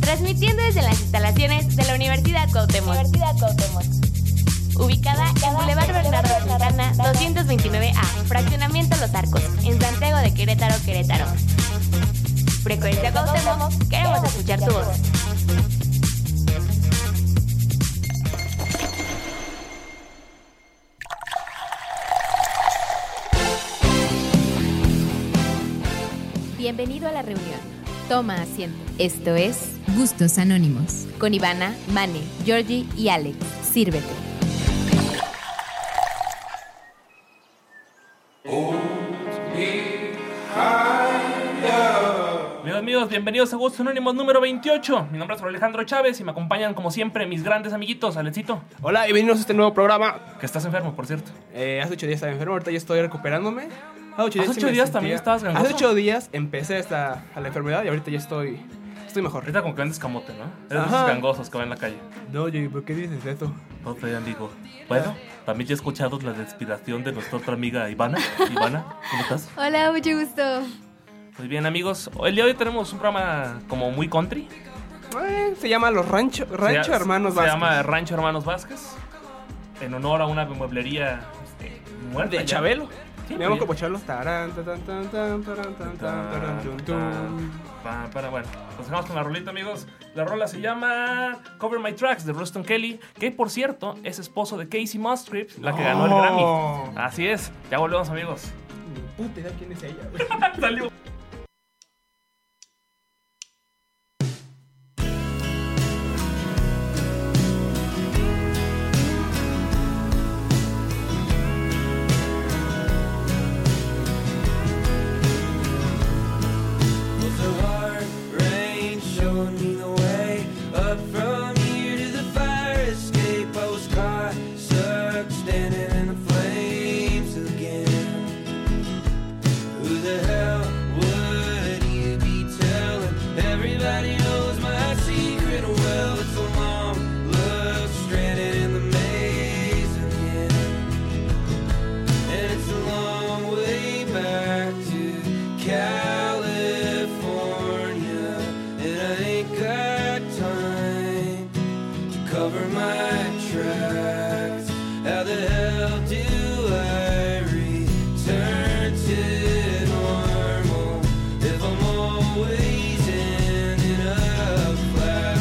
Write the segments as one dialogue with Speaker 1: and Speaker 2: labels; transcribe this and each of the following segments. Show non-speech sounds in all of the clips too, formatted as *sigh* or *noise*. Speaker 1: transmitiendo desde las instalaciones de la Universidad Cuauhtémoc,
Speaker 2: Universidad Cuauhtémoc.
Speaker 1: ubicada en Boulevard Bernardo Santana 229A, Fraccionamiento Los Arcos, en Santiago de Querétaro, Querétaro. Frecuencia Cuauhtémoc, queremos escuchar tu voz. Bienvenido a la reunión. Toma asiento. Esto es
Speaker 3: Gustos Anónimos.
Speaker 1: con Ivana, Mane, Georgie y Alex. Sírvete.
Speaker 4: Amigos amigos, bienvenidos a Gustos Anónimos número 28. Mi nombre es Alejandro Chávez y me acompañan como siempre mis grandes amiguitos, Alecito,
Speaker 5: Hola y bienvenidos a este nuevo programa.
Speaker 4: que estás enfermo, por cierto.
Speaker 5: Eh, hace ocho días estaba enfermo, ahorita ya estoy recuperándome. Hace ocho
Speaker 4: Hace
Speaker 5: sí
Speaker 4: ocho
Speaker 5: me
Speaker 4: días también estabas gangoso.
Speaker 5: Hace ocho días empecé esta, a la enfermedad y ahorita ya estoy, estoy mejor.
Speaker 4: Ahorita como que vendes camote, ¿no? Eres de
Speaker 5: Ajá.
Speaker 4: esos gangosos que van en la calle.
Speaker 5: No, Jay, ¿por qué dices eso?
Speaker 4: No te digo. Bueno, también ya he escuchado la respiración de nuestra otra amiga *laughs* Ivana. Ivana, ¿cómo estás?
Speaker 3: Hola, mucho gusto.
Speaker 4: Pues bien, amigos, el día de hoy tenemos un programa como muy country.
Speaker 5: Eh, se llama Los Rancho, Rancho
Speaker 4: Se-
Speaker 5: Hermanos
Speaker 4: Se
Speaker 5: Vázquez.
Speaker 4: llama Rancho Hermanos Vázquez. En honor a una mueblería este, muerta.
Speaker 5: De
Speaker 4: ya.
Speaker 5: Chabelo.
Speaker 4: Sí,
Speaker 5: Me llamo
Speaker 4: pues,
Speaker 5: como Chabelo. Tarán, tan, tan, tan, tan, tan, tan, tan, tan, tun, tun.
Speaker 4: Para, para, bueno, nos dejamos con la rolita, amigos. La rola se llama Cover My Tracks de Ruston Kelly, que por cierto es esposo de Casey Musgrave, la que ganó el
Speaker 5: No.
Speaker 4: Grammy. Ah. Así es, ya volvemos,
Speaker 5: *laughs*
Speaker 4: amigos.
Speaker 5: Oh. Ni puta idea quién es ella, güey.
Speaker 4: Salió.
Speaker 6: The hard rain showing me the way up from here to the fire escape. I was caught, stuck, standing in the flames again. Who the hell would you be telling? Everybody knows my secret well. It's a long look, stranded in the maze again. And it's a long way back to California. And I ain't got time to cover my tracks. How the hell do I return to normal if I'm always ending up?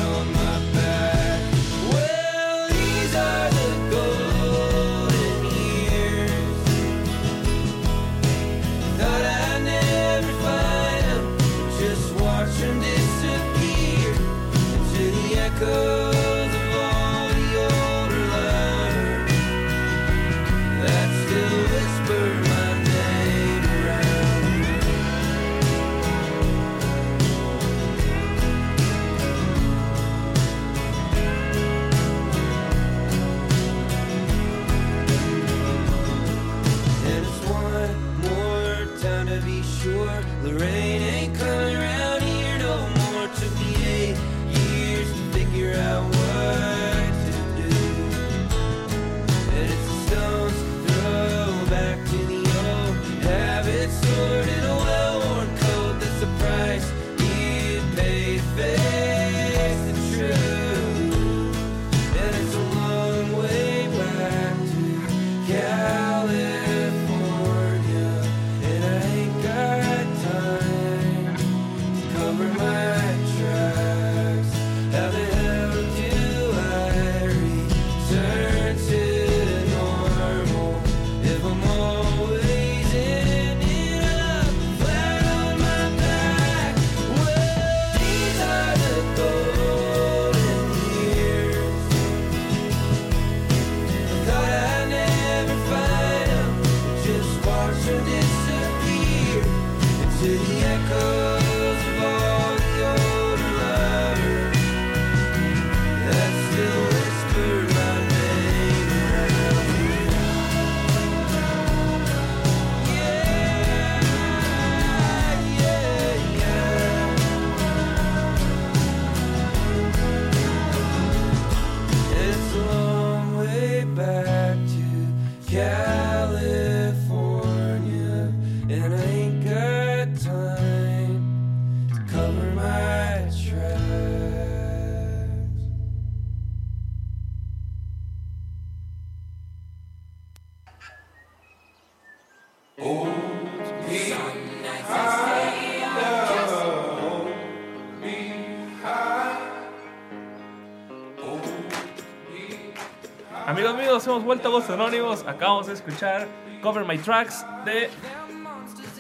Speaker 4: Amigos míos, hemos vuelto a Voz Anónimos. Acabamos de escuchar Cover My Tracks de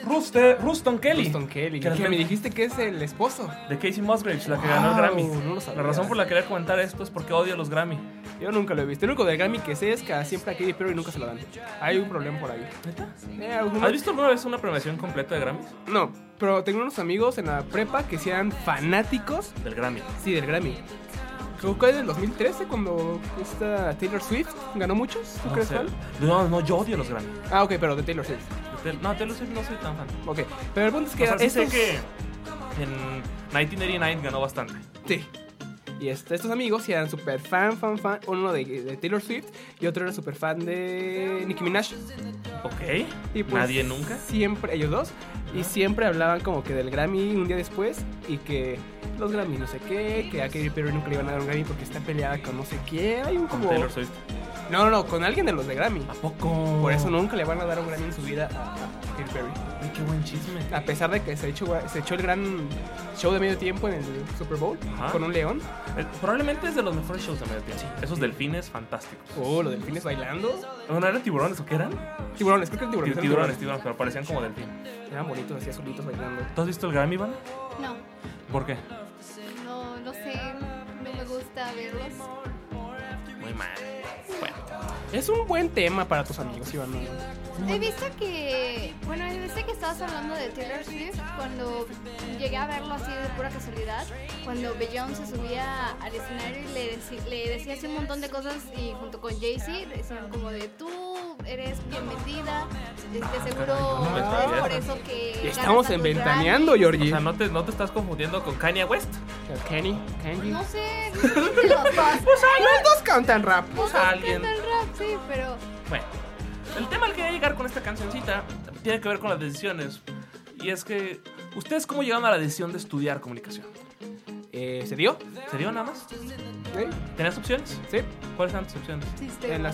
Speaker 4: Ruste, Ruston Kelly.
Speaker 5: Houston Kelly.
Speaker 4: Que
Speaker 5: Que,
Speaker 4: la-
Speaker 5: me dijiste que es el esposo.
Speaker 4: De Casey Musgraves, la que
Speaker 5: Wow,
Speaker 4: ganó el Grammy.
Speaker 5: no lo sabía.
Speaker 4: la razón por la que quería comentar esto es porque odio los Grammy.
Speaker 5: Yo nunca lo he visto. El único de Grammy que sé es que siempre a Katy Perry nunca se lo dan. Hay un problema por ahí. Eh, algunos-
Speaker 4: ¿Has visto alguna vez una premiación completa de Grammys?
Speaker 5: No, pero tengo unos amigos en la prepa que sean fanáticos,
Speaker 4: Del Grammy.
Speaker 5: sí, del Grammy. Creo que en el 2013 cuando esta Taylor Swift ganó muchos. ¿Tú
Speaker 4: No,
Speaker 5: crees
Speaker 4: sé.
Speaker 5: cuál?
Speaker 4: no, no, yo odio los Grammy.
Speaker 5: Ah, ok, pero de Taylor Swift.
Speaker 4: Tel- No, Taylor Swift no soy tan fan.
Speaker 5: Ok, pero el punto es
Speaker 4: O
Speaker 5: que
Speaker 4: sea, sí sé
Speaker 5: estos-
Speaker 4: que en 1989 ganó bastante.
Speaker 5: Sí. Y este, estos amigos sí eran súper fan, fan, fan. Uno de, de Taylor Swift y otro era súper fan de Nicki Minaj.
Speaker 4: Ok.
Speaker 5: Y pues-
Speaker 4: Nadie nunca.
Speaker 5: Siempre, ellos dos. Y siempre hablaban como que del Grammy un día después y que los Grammy no sé qué, que a Katy Perry nunca le iban a dar un Grammy porque está peleada con no sé quién. Hay un
Speaker 4: Con
Speaker 5: como...
Speaker 4: Taylor Swift.
Speaker 5: No, no, no, con alguien de los de Grammy.
Speaker 4: ¿A poco?
Speaker 5: Por eso nunca le van a dar un Grammy en su vida a, a Katy Perry.
Speaker 4: Ay, qué buen chisme.
Speaker 5: A pesar de que se echó, se echó el gran show de medio tiempo en el Super Bowl
Speaker 4: Ajá.
Speaker 5: con un león.
Speaker 4: Eh, Probablemente es de los mejores shows de medio tiempo. Esos delfines fantásticos.
Speaker 5: Oh, los delfines bailando.
Speaker 4: ¿No eran tiburones o qué eran? Ti-
Speaker 5: Tiburones, creo que tiburones.
Speaker 4: Tiburones,
Speaker 5: eran
Speaker 4: tiburones, pero parecían como delfín.
Speaker 5: Eran bonitos, así azulitos bailando.
Speaker 4: ¿Tú has visto el Grammy, Iván?
Speaker 3: No,
Speaker 4: ¿Por qué?
Speaker 3: no, no sé, no me gusta verlos.
Speaker 4: Muy mal.
Speaker 5: Es un buen tema para tus amigos, Iván.
Speaker 3: He visto que, bueno, he visto que estabas hablando de Taylor Swift cuando llegué a verlo así de pura casualidad, cuando Beyoncé se subía al escenario y le, deci- le decía así un montón de cosas y junto con Jay-Z decían como de tú eres bien metida, este, seguro
Speaker 4: no me
Speaker 3: es
Speaker 4: sabía.
Speaker 3: por eso que... ganas
Speaker 5: Estamos
Speaker 3: tantos
Speaker 5: inventaneando,
Speaker 3: Grammys".
Speaker 4: O
Speaker 5: Georgie.
Speaker 4: sea, ¿no te, no te estás confundiendo con Kanye West?
Speaker 5: Kenny, Kenny.
Speaker 3: No sé, *laughs* no sé quién de los dos.
Speaker 5: Los dos cantan rap.
Speaker 3: Los dos
Speaker 4: alguien.
Speaker 3: cantan rap, sí, pero...
Speaker 4: Bueno, el tema al que voy a llegar con esta cancioncita tiene que ver con las decisiones. Y es que, ¿ustedes cómo llegaron a la decisión de estudiar comunicación?
Speaker 5: Eh, ¿Se dio?
Speaker 4: ¿Se dio nada más?
Speaker 5: ¿Sí?
Speaker 4: ¿Tenías opciones?
Speaker 5: ¿Sí?
Speaker 4: ¿Cuáles eran tus opciones?
Speaker 5: ¿Eh? En la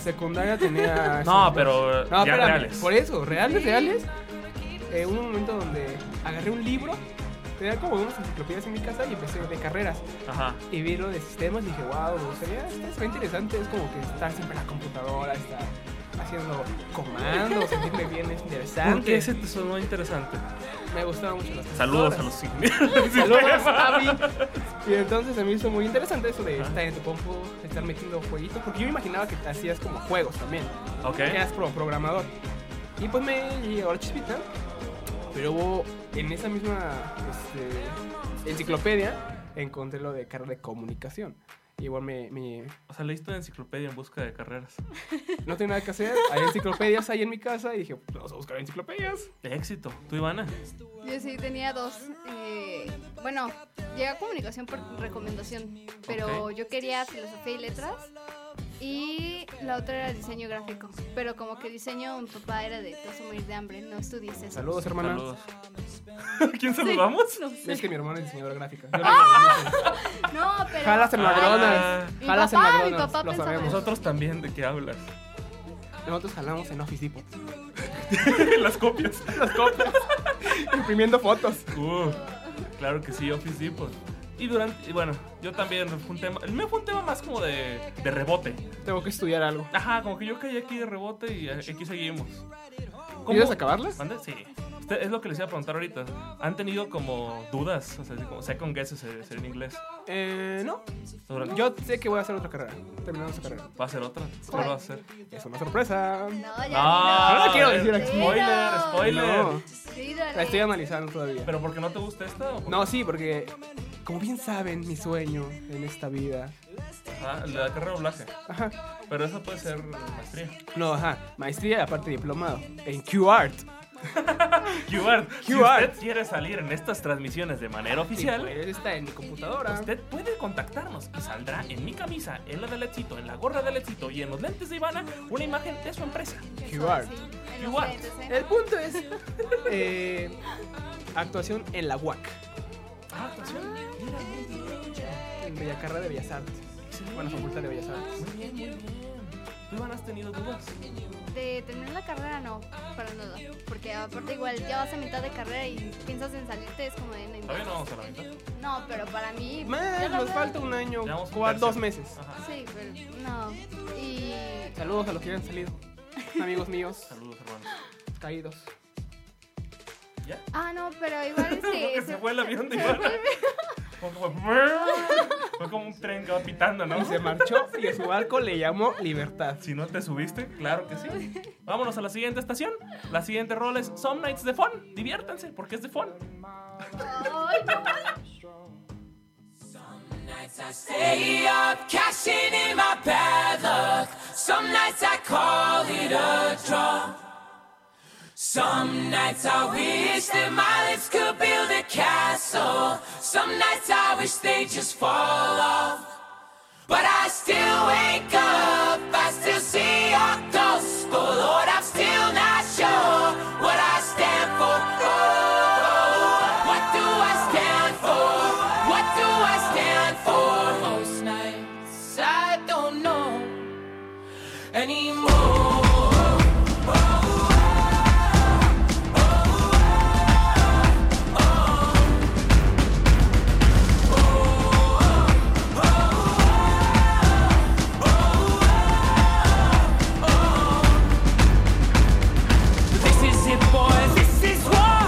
Speaker 4: *laughs*
Speaker 5: secundaria tenía...
Speaker 4: No, pero
Speaker 5: No,
Speaker 4: ya
Speaker 5: espérame,
Speaker 4: reales.
Speaker 5: Por eso, reales, reales. Eh, hubo un momento donde agarré un libro, tenía como unas enciclopedias en mi casa y empecé de carreras.
Speaker 4: Ajá.
Speaker 5: Y vi lo de sistemas y dije, wow, sería, este está, está interesante. Es como que estar siempre en la computadora, estar haciendo comandos, sentirme bien, es interesante.
Speaker 4: ¿Por qué ese te sonó interesante?
Speaker 5: Me gustaban mucho las
Speaker 4: Saludos a
Speaker 5: computadoras.
Speaker 4: los ingenieros. del
Speaker 5: Saludos,
Speaker 4: sistema.
Speaker 5: Abby. *laughs* Y entonces se me hizo muy interesante eso de estar en tu compu, estar metiendo jueguitos, porque yo me imaginaba que hacías como juegos también,
Speaker 4: *laughs* Ok.
Speaker 5: que eras pro programador. Y pues me llegó la chispita, pero hubo en esa misma este, enciclopedia encontré lo de carrera de comunicación. Y igual me, me-
Speaker 4: O sea, leíste una enciclopedia en busca de carreras.
Speaker 5: no tenía nada que hacer, hay enciclopedias ahí en mi casa y dije, "Pues, vamos a buscar enciclopedias.
Speaker 4: De éxito. ¿Tú, Ivana?
Speaker 3: Yo sí tenía dos. eh, bueno, llegué a comunicación por recomendación, pero
Speaker 4: Ok.
Speaker 3: yo quería filosofía y letras. Y la otra era diseño gráfico. Pero como que diseño, mi papá era de te vas a morir de hambre, no estudies eso.
Speaker 5: Saludos, hermana.
Speaker 4: Saludos. ¿A *laughs* quién saludamos?
Speaker 3: No, sé.
Speaker 5: Es que mi hermano es
Speaker 3: *laughs*
Speaker 5: diseñadora gráfica. Yo no-
Speaker 3: No, pero.
Speaker 5: Jalas
Speaker 4: Ah.
Speaker 5: en
Speaker 3: Ay,
Speaker 5: McDonald's.
Speaker 3: Mi
Speaker 5: Jalas en
Speaker 3: papá, mi
Speaker 5: McDonald's.
Speaker 3: papá
Speaker 5: lo
Speaker 3: pensaba
Speaker 5: sabemos.
Speaker 4: Nosotros también, ¿de qué hablas? *laughs*
Speaker 5: Nosotros jalamos en Office *laughs* Depot.
Speaker 4: Las copias.
Speaker 5: Las copias. *laughs* Imprimiendo fotos.
Speaker 4: Uh, claro que sí, Office Depot. Y durante, y bueno, yo también fue un tema, el mío fue un tema más como de, de rebote.
Speaker 5: Tengo que estudiar algo.
Speaker 4: Ajá, como que yo caí aquí de rebote y aquí seguimos.
Speaker 5: ¿Quieres acabarlas?
Speaker 4: ¿Mande? Sí. Usted- es lo que les iba a preguntar ahorita. ¿Han tenido como dudas? O sea, así como second guesses se- se en inglés.
Speaker 5: Eh, no.
Speaker 4: Sobre-
Speaker 5: Yo sé que voy a hacer otra carrera. Terminando esa carrera.
Speaker 4: ¿Va a ser otra? ¿Cuál va a ser?
Speaker 5: Es una sorpresa.
Speaker 3: No, ya.
Speaker 4: Ah,
Speaker 5: no la quiero
Speaker 4: eh,
Speaker 5: decir aquí.
Speaker 4: Spoiler, spoiler.
Speaker 5: No,
Speaker 3: Sí, dale.
Speaker 5: la estoy analizando todavía.
Speaker 4: ¿Pero porque no te gusta esta? o por-
Speaker 5: No, sí, porque como bien saben, mi sueño en esta vida.
Speaker 4: Ajá, la carrera Ah, de doblaje.
Speaker 5: Ajá.
Speaker 4: Pero eso puede ser maestría.
Speaker 5: No, ajá. Maestría y aparte diplomado. En Q-Art.
Speaker 4: QR. Si
Speaker 5: QR.
Speaker 4: usted quiere salir en estas transmisiones de manera oficial,
Speaker 5: Sí, pues, está en mi computadora.
Speaker 4: Usted puede contactarnos y saldrá en mi camisa, en la de Letcito, en la gorra de Letcito y en los lentes de Ivana una imagen de su empresa.
Speaker 3: Eso,
Speaker 5: QR.
Speaker 3: sí, en los
Speaker 4: QR.
Speaker 3: lentes, ¿eh?
Speaker 5: El punto es *laughs* eh, actuación en la UAC,
Speaker 4: Ah, actuación. Mira, muy bien.
Speaker 5: en Bellacarra de Bellas Artes. Bueno, Facultad de Bellas Artes.
Speaker 4: Muy bien, muy bien. ¿Tú, Iván, has tenido dudas?
Speaker 3: De tener la carrera no, para nada. Porque aparte igual ya vas a mitad de carrera y piensas en salirte, es como de no
Speaker 4: Todavía no
Speaker 3: inventes.
Speaker 4: vamos a la mitad.
Speaker 3: No, pero para mí... yo
Speaker 5: Más,
Speaker 3: la
Speaker 5: nos
Speaker 3: veo-
Speaker 5: falta un año,
Speaker 4: Llevamos un
Speaker 5: cua-
Speaker 4: tercio.
Speaker 5: dos meses.
Speaker 4: Ajá.
Speaker 3: Sí, pero no. Y...
Speaker 5: Saludos a los que hayan salido. Amigos míos,
Speaker 4: Saludos, hermano.
Speaker 5: caídos.
Speaker 4: ¿Ya?
Speaker 3: Ah, no, pero
Speaker 5: *laughs*
Speaker 3: igual este...
Speaker 4: Porque se fue el avión de
Speaker 3: se-
Speaker 4: Iván. Fue como, fue como un tren que va pitando, ¿no?
Speaker 5: Y se marchó y a su barco le llamó Libertad.
Speaker 4: Si no te subiste, claro que sí. Vámonos a la siguiente estación. La siguiente rol es Some Nights de Fun. Diviértanse, porque es de Fun.
Speaker 3: Ay, no.
Speaker 7: Stay up, cashing in my bad luck. Some nights I call it a draw. Some nights I wish that my lips could build a castle. Some nights I wish they just fall off. But I still wake up, I still see your ghost. Oh Lord, I'm still not sure what I stand for. Oh, what do I stand for? What do I stand for? Most nights I don't know anymore. This is it, boys. This is war.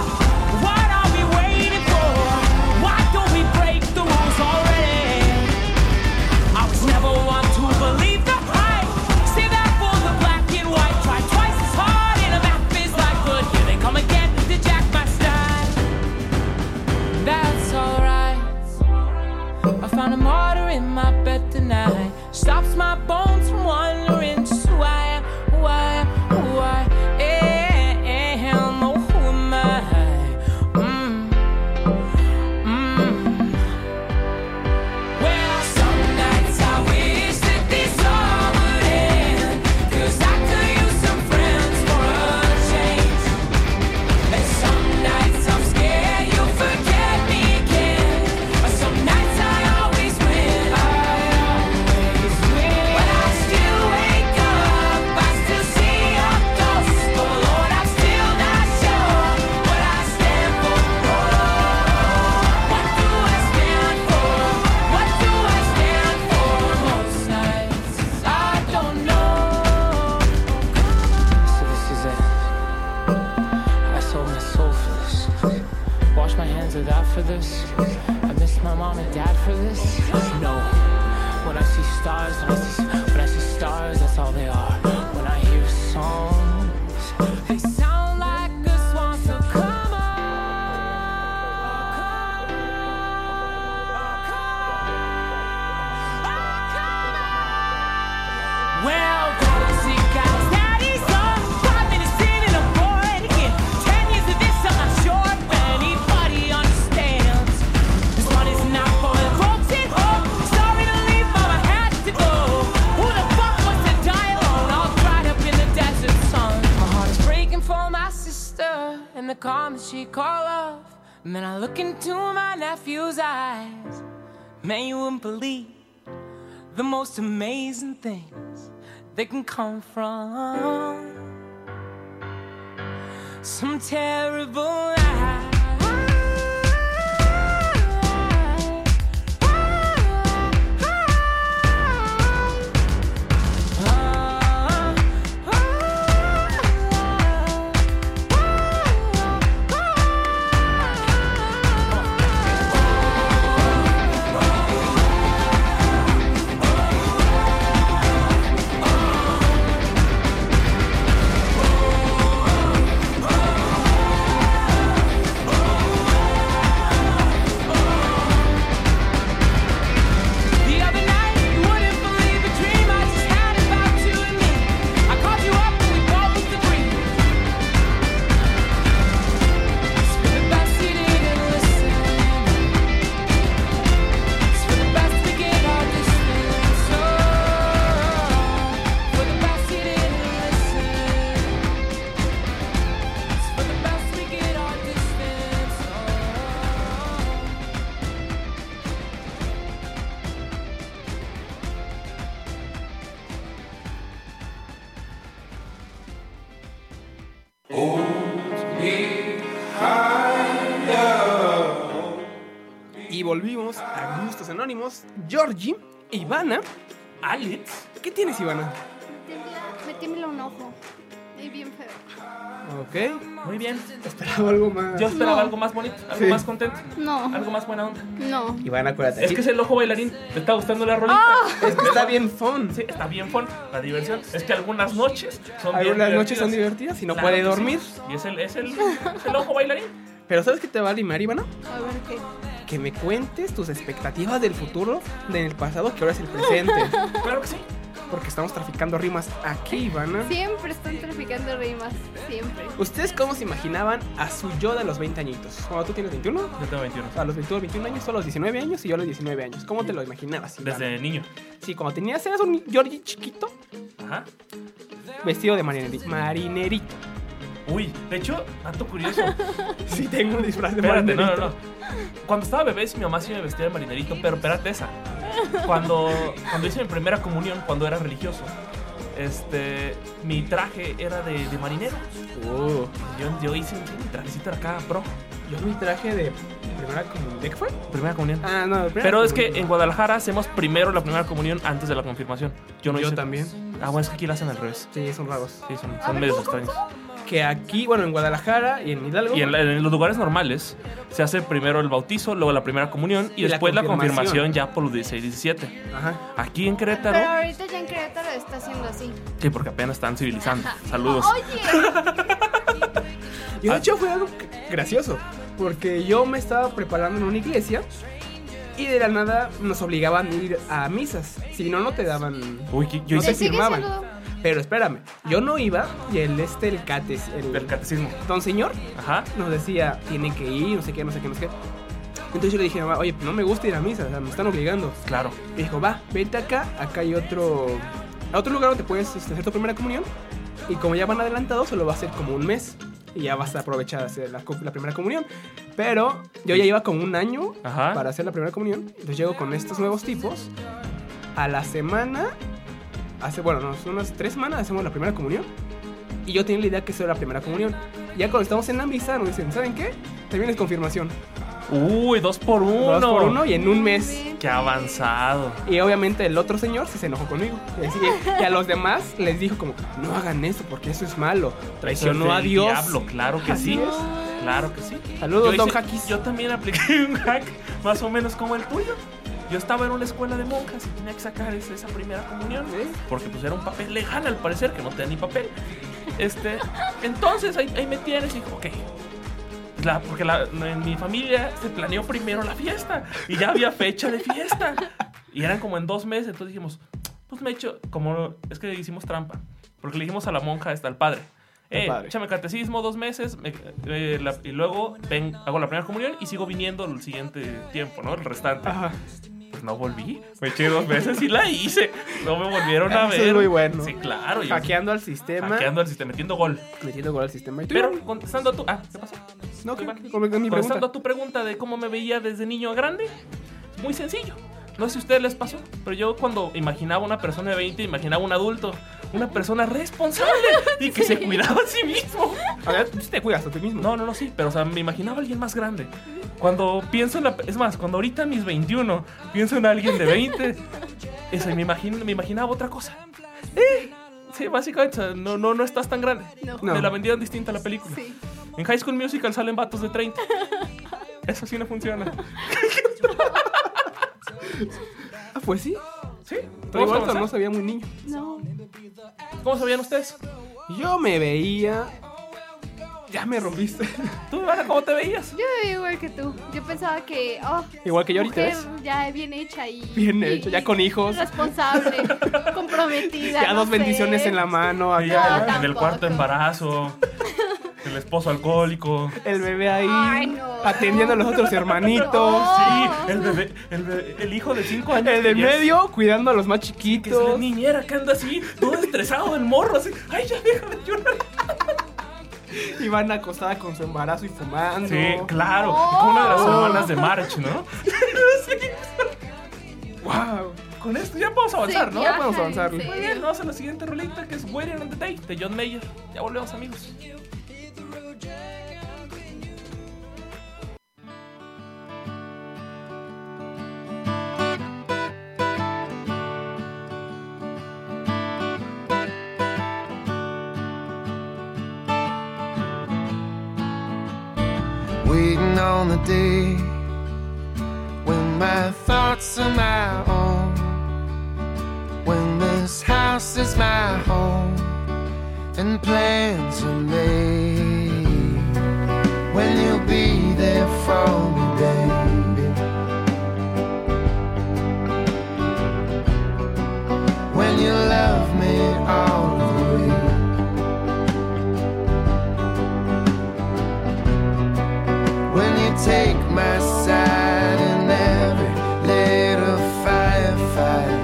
Speaker 7: What are we waiting for? Why don't we break the rules already? I was never one to believe the hype. See that for the black and white. Try twice as hard in a map is like wood. Here they come again to jack my style. That's alright. I found a martyr in my bed tonight. Stops my bones from wandering. Just who I am, who I am, who I am. Oh, who am I? Mm. Mm. Well, some nights I wish that this all would end. 'Cause I could use some friends for a change. And some nights I'm scared you'll forget me again. Or some nights I always win. I always win. But I still wake up, I still see your ghost. Oh Lord, I'm still not sure what I stand for. What do I stand for? What do I stand for? Most nights I don't know. So this is it. I sold my soul for this. Wash my hands of that for this. I miss my mom and dad for this. No. When I see stars, when I see, when I see stars, that's all they are. When I hear songs, they sound like a swan. So come on. Come on. Come on. Well, see guys, that is all. Five minutes in and I'm bored again. Ten years of this, I'm not sure if anybody understands. This one is not for the folks at home. Sorry to leave, but I had to go. Who the fuck wants to die alone? All cried up in the desert sun. My heart is breaking for my sister and the calm that she called love. And then I look into my nephew's eyes. Man, you wouldn't believe the most amazing things they can come from some terrible lie. Oh,
Speaker 5: volvimos a Gustos Anónimos, Georgie, Ivana.
Speaker 4: Alex.
Speaker 5: ¿Qué tienes, Ivana?
Speaker 3: Me tiembla un ojo. Y bien feo.
Speaker 5: Ok.
Speaker 4: Muy bien.
Speaker 5: Esperaba algo más.
Speaker 4: Yo esperaba
Speaker 3: No.
Speaker 4: algo más bonito, algo
Speaker 5: Sí.
Speaker 4: más contento,
Speaker 3: No,
Speaker 4: algo más buena onda.
Speaker 3: no.
Speaker 5: Ivana, acuérdate.
Speaker 4: Es que es el ojo bailarín. Te está gustando la rolita.
Speaker 5: es que está bien fun.
Speaker 4: Sí, está bien fun. La diversión es que algunas noches son bien
Speaker 5: Algunas noches son divertidas y no
Speaker 4: Claro
Speaker 5: puede
Speaker 4: que sí.
Speaker 5: dormir.
Speaker 4: Y es el, es el, es el ojo bailarín.
Speaker 5: Pero ¿sabes qué te va a animar, Ivana?
Speaker 3: A ver qué.
Speaker 5: Que me cuentes tus expectativas del futuro, del pasado, que ahora es el presente.
Speaker 4: Claro que sí.
Speaker 5: Porque estamos traficando rimas aquí, Ivana.
Speaker 3: Siempre están traficando rimas. Siempre.
Speaker 5: ¿Ustedes cómo se imaginaban a su yo de los 20 añitos? Cuando tú tienes 21,
Speaker 4: Yo tengo 21.
Speaker 5: a los 22, 21 años, tú a los 19 años y yo a los 19 años. ¿Cómo te lo imaginabas? Ivana?
Speaker 4: Desde niño.
Speaker 5: Sí, cuando tenías, eras un Georgie chiquito,
Speaker 4: Ajá.
Speaker 5: vestido de marineri- marinerito.
Speaker 4: Uy, de hecho, dato curioso.
Speaker 5: *laughs* Sí, tengo un disfraz de
Speaker 4: Espérate, no,
Speaker 5: marinerito.
Speaker 4: no, no. Cuando estaba bebé, sí, mi mamá sí me vestía de marinerito, pero espérate esa. Cuando, cuando hice mi primera comunión, cuando era religioso, este, mi traje era de, de marinero.
Speaker 5: Oh,
Speaker 4: Yo, yo hice un mi trajecito era acá, pro.
Speaker 5: yo mi traje de primera comunión. ¿De qué fue?
Speaker 4: Primera comunión.
Speaker 5: Ah, no, de primera
Speaker 4: Pero es que
Speaker 5: comunión.
Speaker 4: en Guadalajara hacemos primero la primera comunión antes de la confirmación. Yo no
Speaker 5: Yo
Speaker 4: hice.
Speaker 5: también. Ah,
Speaker 4: Ah, bueno, es que aquí la hacen al revés.
Speaker 5: Sí, son raros.
Speaker 4: Sí, son,
Speaker 3: A
Speaker 4: son
Speaker 3: ver,
Speaker 4: medios
Speaker 3: ¿cómo, cómo,
Speaker 4: extraños.
Speaker 5: Que aquí, bueno, en Guadalajara y en Hidalgo.
Speaker 4: Y en, la- en los lugares normales se hace primero el bautizo, luego la primera comunión y,
Speaker 5: Y la
Speaker 4: después la confirmación.
Speaker 5: confirmación.
Speaker 4: ya por los 16, 17.
Speaker 5: Ajá.
Speaker 4: Aquí en Querétaro,
Speaker 3: Pero ahorita ya en Querétaro está haciendo así.
Speaker 4: que porque apenas están civilizando. Saludos.
Speaker 3: Oye,
Speaker 5: Y de hecho fue algo c- gracioso. Porque yo me estaba preparando en una iglesia. Y de la nada nos obligaban a ir a misas. Si no, no te daban.
Speaker 4: Uy, que- yo
Speaker 5: No
Speaker 3: te
Speaker 5: te
Speaker 4: hice
Speaker 3: sigue
Speaker 5: firmaban.
Speaker 3: siendo-
Speaker 5: Pero espérame, yo no iba. Y el este, el cates. El,
Speaker 4: del catecismo.
Speaker 5: don señor
Speaker 4: Ajá.
Speaker 5: nos decía, tienen que ir, no sé qué, no sé qué, no sé qué. Entonces yo le dije, mamá, oye, pues no me gusta ir a misas, o sea, me están obligando.
Speaker 4: Claro.
Speaker 5: Me dijo, va, vete acá, acá hay otro, a otro lugar donde puedes este, hacer tu primera comunión. Y como ya van adelantados, solo va a ser como un mes. Y ya vas a aprovechar a hacer la, co- la primera comunión. Pero yo ya iba como un año
Speaker 4: Ajá.
Speaker 5: para hacer la primera comunión. Entonces llego con estos nuevos tipos. A la semana, hace, bueno, nos- unas tres semanas hacemos la primera comunión. Y yo tenía la idea que eso era la primera comunión. Ya cuando estamos en la misa nos dicen, ¿saben qué? También es confirmación.
Speaker 4: Uy, dos por uno.
Speaker 5: Dos por uno y en un mes.
Speaker 4: Qué avanzado.
Speaker 5: Y obviamente el otro señor sí se enojó conmigo. Y, así- y a los demás les dijo como, no hagan eso porque eso es malo. Traicionó a
Speaker 4: Del
Speaker 5: Dios.
Speaker 4: Diablo, claro que sí.
Speaker 5: Así es.
Speaker 4: Claro que sí.
Speaker 5: Saludos,
Speaker 4: Yo
Speaker 5: Don
Speaker 4: hice-
Speaker 5: Jaquis.
Speaker 4: Yo también apliqué *laughs* un hack más o menos como el tuyo. Yo estaba en una escuela de monjas y tenía que sacar ese- esa primera comunión.
Speaker 5: ¿Eh?
Speaker 4: Porque pues era un papel legal al parecer, que no tenía ni papel. Este, entonces ahí, ahí me tienes y dije, ok. La- porque la- en mi familia se planeó primero la fiesta y ya había fecha de fiesta. Y eran como en dos meses, entonces dijimos, pues me echo, como es que hicimos trampa, porque le dijimos a la monja, hasta al padre,
Speaker 5: Al
Speaker 4: eh,
Speaker 5: padre.
Speaker 4: échame catecismo dos meses me- eh, la- y luego ven, hago la primera comunión y sigo viniendo el siguiente tiempo, ¿no? El restante.
Speaker 5: Ajá.
Speaker 4: Pues no volví, me eché dos veces y la hice. No me volvieron a
Speaker 5: Eso
Speaker 4: ver.
Speaker 5: es muy bueno.
Speaker 4: Sí, claro. yo-
Speaker 5: Hackeando al sistema.
Speaker 4: hackeando el sistema, metiendo gol.
Speaker 5: Metiendo gol al sistema. Y tú,
Speaker 4: Pero contestando a tu. Ah, ¿qué pasó?
Speaker 5: no, que,
Speaker 4: Iván,
Speaker 5: que- con mi
Speaker 4: Contestando
Speaker 5: pregunta.
Speaker 4: a tu pregunta de cómo me veía desde niño a grande, es muy sencillo. No sé si a ustedes les pasó, pero yo cuando imaginaba una persona de 20, imaginaba un adulto, una persona responsable y que se cuidaba a sí mismo.
Speaker 5: A ver, tú sí te cuidas a ti mismo.
Speaker 4: No, no, no, sí, pero o sea, me imaginaba a alguien más grande. Cuando pienso en la... Es más, cuando ahorita a mis 21 pienso en alguien de 20, eso, y me, imagino, me imaginaba otra cosa. Eh, sí, básicamente, o sea, no, no, no estás tan grande.
Speaker 3: No.
Speaker 5: No.
Speaker 4: Me la vendieron distinta la película.
Speaker 3: Sí.
Speaker 4: En High School Musical salen vatos de *laughs* 30. Eso sí no funciona.
Speaker 5: Ah, pues sí.
Speaker 4: ¿Sí?
Speaker 5: Pero
Speaker 4: ¿Todos
Speaker 5: igual no
Speaker 4: avanzamos?
Speaker 5: sabía muy niño.
Speaker 3: No.
Speaker 4: ¿Cómo sabían ustedes?
Speaker 5: Yo me veía. Ya
Speaker 3: *laughs*
Speaker 5: me rompiste.
Speaker 4: ¿Tú, Ivana, cómo te veías?
Speaker 3: Yo me veo igual que tú. Yo pensaba que, oh,
Speaker 5: Igual que yo ahorita.
Speaker 3: mujer
Speaker 5: ¿ves?
Speaker 3: ya bien hecha y
Speaker 5: Bien
Speaker 3: y-
Speaker 5: hecho, ya con hijos. *laughs*
Speaker 3: Responsable, comprometida.
Speaker 5: Ya
Speaker 3: no
Speaker 5: dos
Speaker 3: sé.
Speaker 5: bendiciones en la mano.
Speaker 4: Y
Speaker 5: Acá.
Speaker 4: ya, del
Speaker 3: Ah, tampoco.
Speaker 4: cuarto embarazo, el esposo alcohólico.
Speaker 5: El bebé ahí.
Speaker 3: Ay, no.
Speaker 5: Atendiendo a los otros hermanitos.
Speaker 3: No. *laughs*
Speaker 4: Sí, el bebé, el, bebé- el hijo de 5 años.
Speaker 5: El
Speaker 4: que
Speaker 5: de
Speaker 4: ya es-
Speaker 5: medio cuidando a los más
Speaker 4: Que es la
Speaker 5: chiquitos.
Speaker 4: niñera que anda así, todo estresado del morro, así. Ay, ya deja de llorar.
Speaker 5: Iván acostada con su embarazo y fumando.
Speaker 4: Sí, claro. Con una de
Speaker 3: Oh.
Speaker 4: las hermanas de March, *laughs* ¿no?
Speaker 5: Wow.
Speaker 4: Con esto ya podemos avanzar,
Speaker 3: Sí,
Speaker 4: ¿no?
Speaker 3: ya.
Speaker 5: Vamos a avanzar.
Speaker 3: Sí.
Speaker 4: Muy bien, vamos a la siguiente rolita que es Waiting on the Day de John Mayer. Ya volvemos, amigos.
Speaker 8: waiting on the day when my thoughts are my own. When this house is my home and plans are made. When you'll be there for me, baby. When you love me all the way. when you take my side in every little firefight.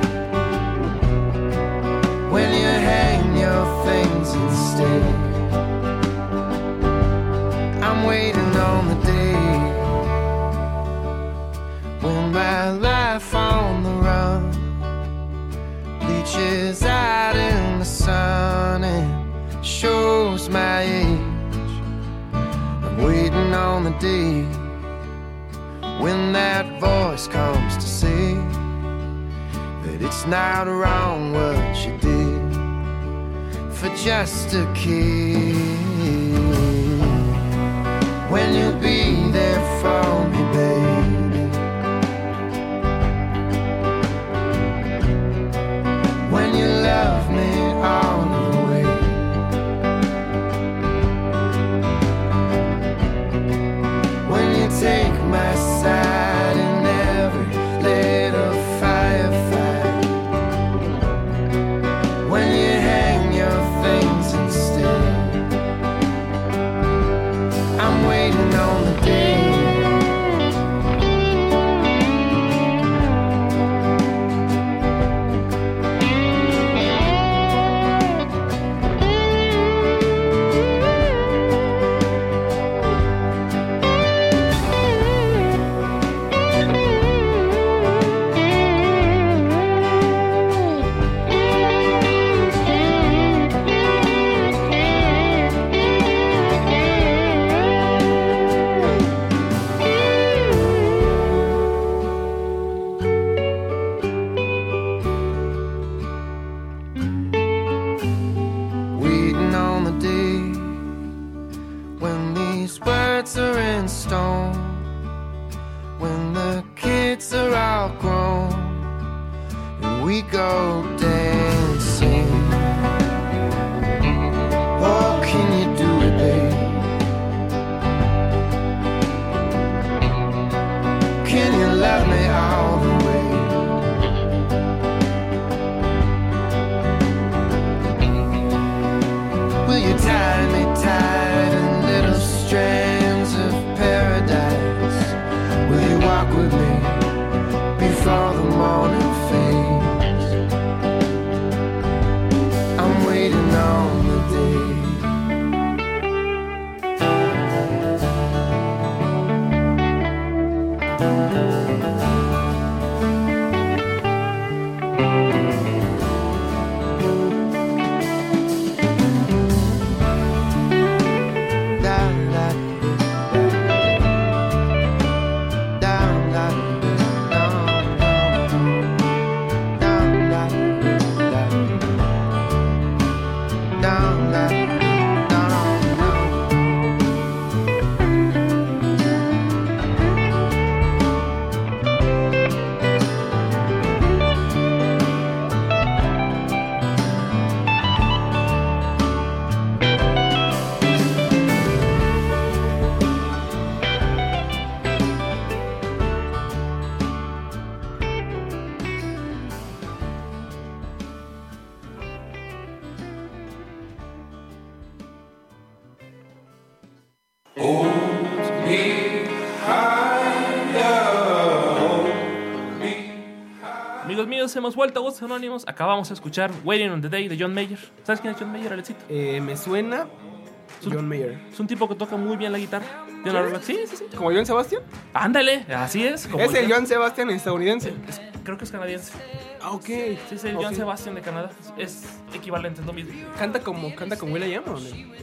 Speaker 8: When you hang your things instead, I'm waiting on the day when my life on the run bleaches out in the sun and shows my age. I'm waiting on the day when that voice comes to say that it's not wrong what you did for just a kid. When you'll be there for me, baby. When you love me all the way. when you take my side in every little firefight. When you hang your things instead, I'm waiting on the day. waiting on the day when these words are in stone, when the kids are all grown, and we go dancing. Oh, can you do it, babe? Can you love me all the way? Will you tie me tight in little strands of paradise? Will you walk with me before the morning fades? I'm waiting on the day. Da, da, da, da, da, da, da, da. Down, down, down, down.
Speaker 4: Amigos míos, hemos vuelto a Voces Anónimos. Acabamos de escuchar Waiting on the Day de John Mayer. ¿Sabes quién es John Mayer, Alexito?
Speaker 5: Eh, me suena
Speaker 4: Su-
Speaker 5: John Mayer.
Speaker 4: Es un tipo que toca muy bien la guitarra. Tiene una rola- Sí, sí, sí.
Speaker 5: ¿Como John Sebastian?
Speaker 4: Ándale, así es. como
Speaker 5: es el
Speaker 4: John-
Speaker 5: John Sebastian estadounidense.
Speaker 4: Es- creo que es canadiense.
Speaker 5: Ah, ok.
Speaker 4: Sí, es el
Speaker 5: Ok.
Speaker 4: John Sebastian de Canadá. Es equivalente, es lo mismo.
Speaker 5: ¿Canta como, canta como Will.i.am o no?